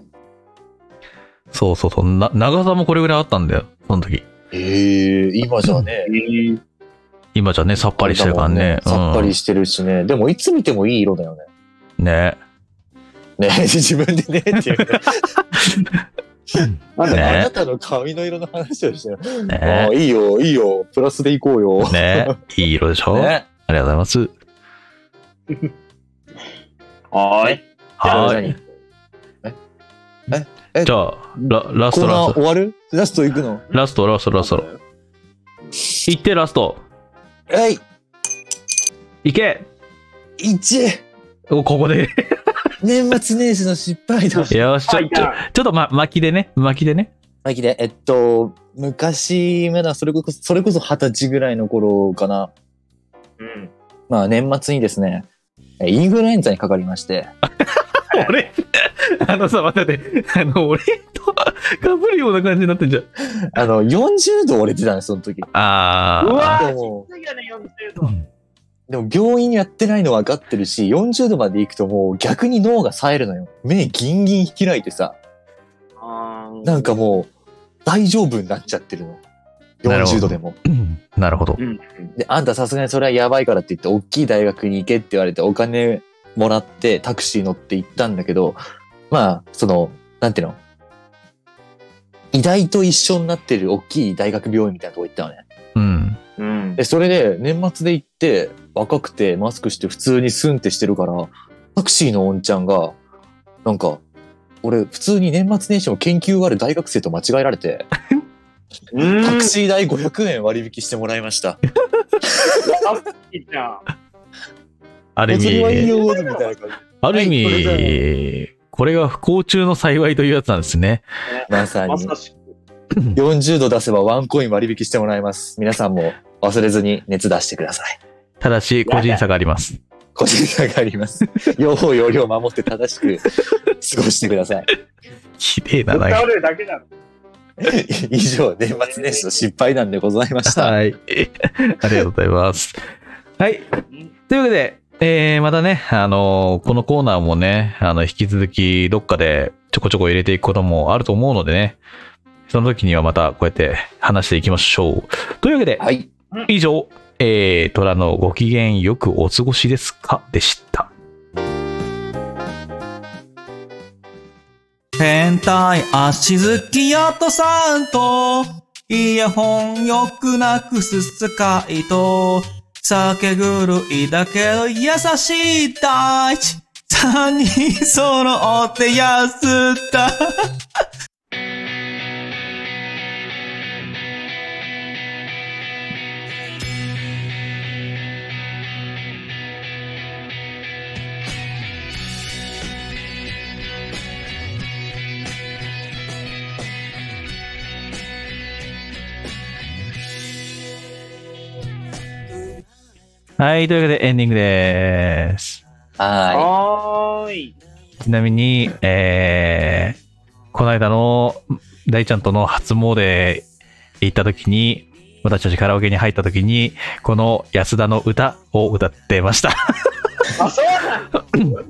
そうそうそう。な長さもこれぐらいあったんだよ、その時。ええ今じゃね、だ。今じゃね、さっぱりしてるからね。さっぱりししてるしね。でもいつ見てもいい色だよね。ね。 ね、自分でねっていう。なんねであなたの髪の色の話をしてる。あねあいいよ、いいよ、プラスでいこうよ。ねいい色でしょ、ねありがとうございます。はーい。はじい。えじゃあ、ララスコトーナラースト終。わるラスト行くのラストラストラスト。行ってラスト。えい行け !1! おここで。年末年始の失敗だ。よし、ちょ、ちょ、ちょっとま、巻きでね。巻きでね。マキで、えっと、昔、まだそれこそ、それこそ二十歳ぐらいの頃かな。うん。まあ年末にですね、えインフルエンザにかかりまして。俺、あのさ、待って待って、あの、俺と被るような感じになってんじゃん。あの、40度折れてたんです、その時。あー。うわでも、次はね、40度。でも病院やってないの分かってるし、40度まで行くともう逆に脳が冴えるのよ。目ギンギン開いてさ、あーなんかもう大丈夫になっちゃってるの。なるほど40度でも。うんなるほどう。ん。で、あんたさすがにそれはやばいからって言って、大きい大学に行けって言われて、お金もらって、タクシー乗って行ったんだけど、まあ、その、なんていうの医大と一緒になってる大きい大学病院みたいなとこ行ったのね。うん。うん。で、それで、年末で行って、若くて、マスクして、普通にスンってしてるから、タクシーのおんちゃんが、なんか、俺、普通に年末年始の研究ある大学生と間違えられて、うん。タクシー代500円割引してもらいました。いいじゃん。あるお釣り意はいい味、よ、みたいな感じ。ある意はいこ味、これが不幸中の幸いというやつなんですね。まさにま。さしく。 40度出せばワンコイン割引してもらいます。皆さんも忘れずに熱出してください。ただし、個人差があります。個人差があり ます。用法用量を守って正しく過ごしてください。綺麗ぶなっな倒れるだけだろ。以上、年末年始の失敗談でございました。 はい。ありがとうございます。はい。というわけで、えーまたね、あのーこのコーナーもね、あの、引き続き、どっかでちょこちょこ入れていくこともあると思うのでね、その時にはまたこうやって話していきましょう。というわけで、はい。以上、えー、虎のご機嫌よくお過ごしですかでした。変態足好きやとさんと、イヤホンよくなくすスカイと、酒狂いだけど優しい大地、三人揃ってやすった。はい、というわけでエンディングです。ははーい。ちなみに、えー、この間の大ちゃんとの初詣行った時に、私たちカラオケに入った時に、この安田の歌を歌ってました。あ、そうなんだ。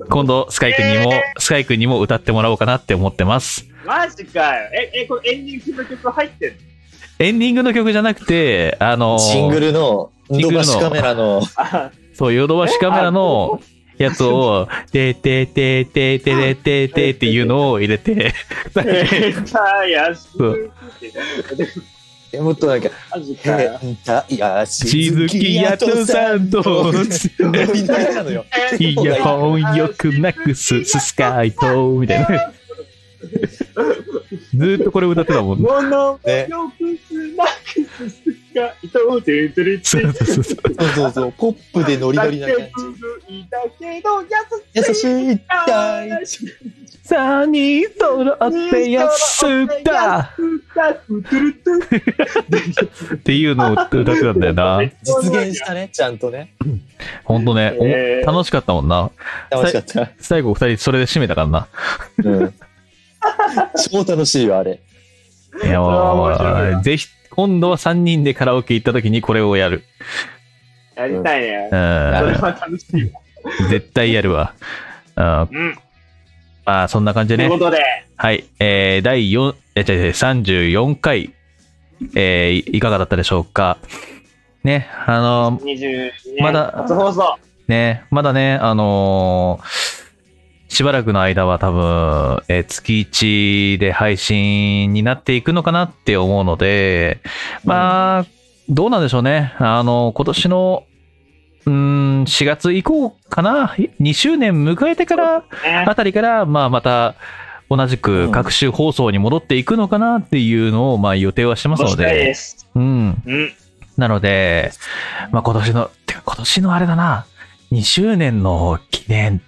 今度、スカイくんにも、スカイくんにも歌ってもらおうかなって思ってます。マジかよ。え、 え、これエンディングの曲入ってんの エンディングの曲じゃなくて、あのい。ーシングルの、ドバシカメラの、あ、そう、ヨドバシカメラのやつを、ててててててててっていうのを入れて、えー、さあ、やしそえもっとなんか、マジかよ。変態やししずずききややととささんんとと、、みんななのよ。 いや、本よくなくす、ススカイと、みたい な。ずーっとこれ歌ってたもん。ものもねよくすなくすすが、いとうてんてりそうそうそうそう。そうそうそう、ポップでノリノリな感じ。いたけど、やす優 しい大地。さあ、に揃ってやすっただ、うつるつ。っていうのを歌ってたんだよな。実現したね、ちゃんとね。ほんとね、えーお楽しかったもんな。楽しかった。最後二人それで締めたからな。うん。超楽しいよ、あれ。いや、あー面白いもなう、ぜひ、今度は3人でカラオケ行った時にこれをやる。やりたいねう。それん。は楽しいわ。絶対やるわ。うん。 うん。まあ、そんな感じといでうね。ことで、はい。えー、第4、え、違う違う、34回、えー、いかがだったでしょうか。ね、あのー22年まだ初放送。ね、まだね、あのーしばらくの間は多分、えー月1で配信になっていくのかなって思うので、まあ、どうなんでしょうね。あの、今年の、うーん、4月以降かな、2周年迎えてからねあたりから、まあ、また、同じく各種放送に戻っていくのかなっていうのを、まあ、予定はしてますそのうしたいでで、す。うん。うん。なので、まあ、今年の、てか今年のあれだな、2周年の記念、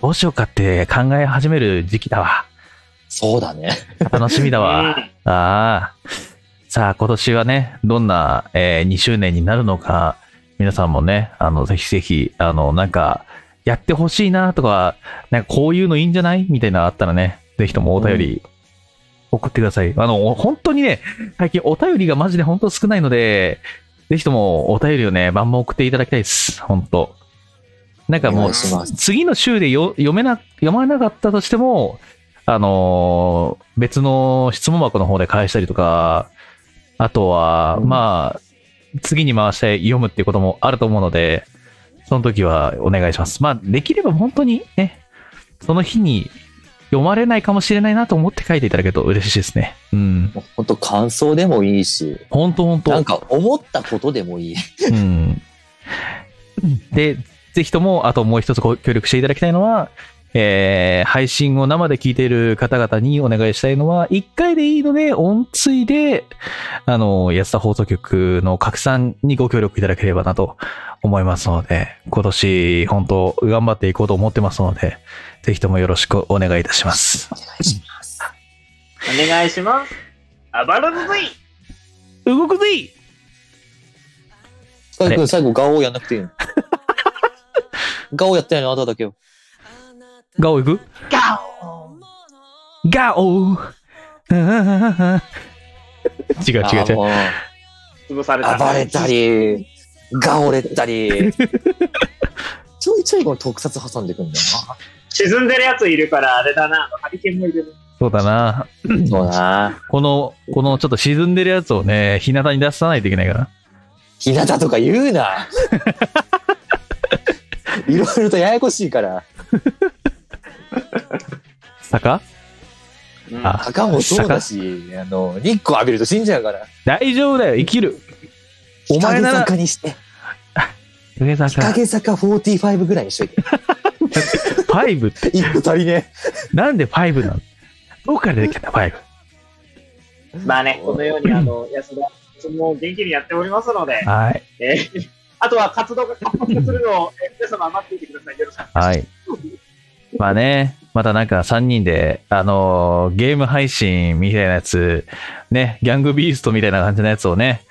どうしようかって考え始める時期だわ。そうだね。楽しみだ わ。ああ。さあ、今年はね、どんな、え2周年になるのか、皆さんもね、あの、ぜひぜひ、あの、なんか、やってほしいなとか、なんかこういうのいいんじゃないみたいなのあったらね、ぜひともお便り送ってください。あの、本当にね、最近お便りがマジで本当少ないので、ぜひともお便りをね、バンバン送っていただきたいです。本当なんかおも願うい、します。次の週でよ読めな、読まなかったとしても、あのー別の質問箱の方で返したりとか、あとは、うんまあ、次に回して読むっていうこともあると思うので、その時はお願いします。まあ、できれば本当にね、その日に読まれないかもしれないなと思って書いていただけると嬉しいですね。うん。もう本当感想でもいいし、本当本当。なんか思ったことでもいい。うんで、ぜひとも、あともう一つご協力していただきたいのは、えー配信を生で聞いている方々にお願いしたいのは、1回でいいので、音追で、あの、安田放送局の拡散にご協力いただければなと思いますので、今年、本当頑張っていこうと思ってますので、ぜひともよろしくお願いいたします。お願いします。暴れずい動くぜいスカイ君最後ガオーやんなくてい いのガオーやってないのあなただけよ。ガオ行くガオーガオ違う違う違う。う。潰された。暴れたり、ガオれたり。ちょいちょいこの特撮挟んでくんだよ沈んでるやついるから、あれだな。あのハリケーンもいる。そうだな。な。そうな。この、このちょっと沈んでるやつをね、日向に出さないといけないから。日向とか言 うな。いろいろとややこしいから。坂うんあ赤もそうだし、あの、日光浴びると死んじゃうから。大丈夫だよ、生きる。お前な日ら陰坂にして、上日坂、陰坂45ぐらいにしといて。ファイブって、一個足りねなんでファイブなのどっから出てきたんだ、ファイブ。まあね、このように、あの、安田、いつも元気にやっておりますので、はい。えー あとは活動が活発化するのを、えー皆様待っていてください。よろしく。はい。まあね、またなんか3人で、あのーゲーム配信みたいなやつ、ね、ギャングビーストみたいな感じのやつをね、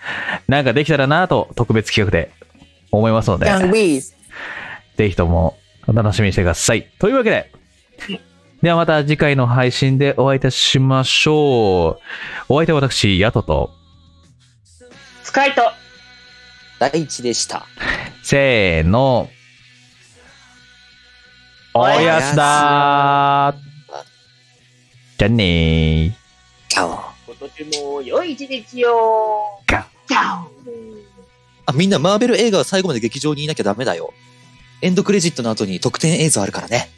なんかできたらなと、特別企画で思いますので。ガンウィーズぜひともお楽しみにしてください。というわけで、ではまた次回の配信でお会いいたしましょう。お相手は私、ヤトと、スカイトえ。第一でした。せーの、おやすだーじゃあねー。ガオー。今年も良い一日をガオーあ、みんなマーベル映画は最後まで劇場にいなきゃダメだよ。エンドクレジットの後に特典映像あるからね。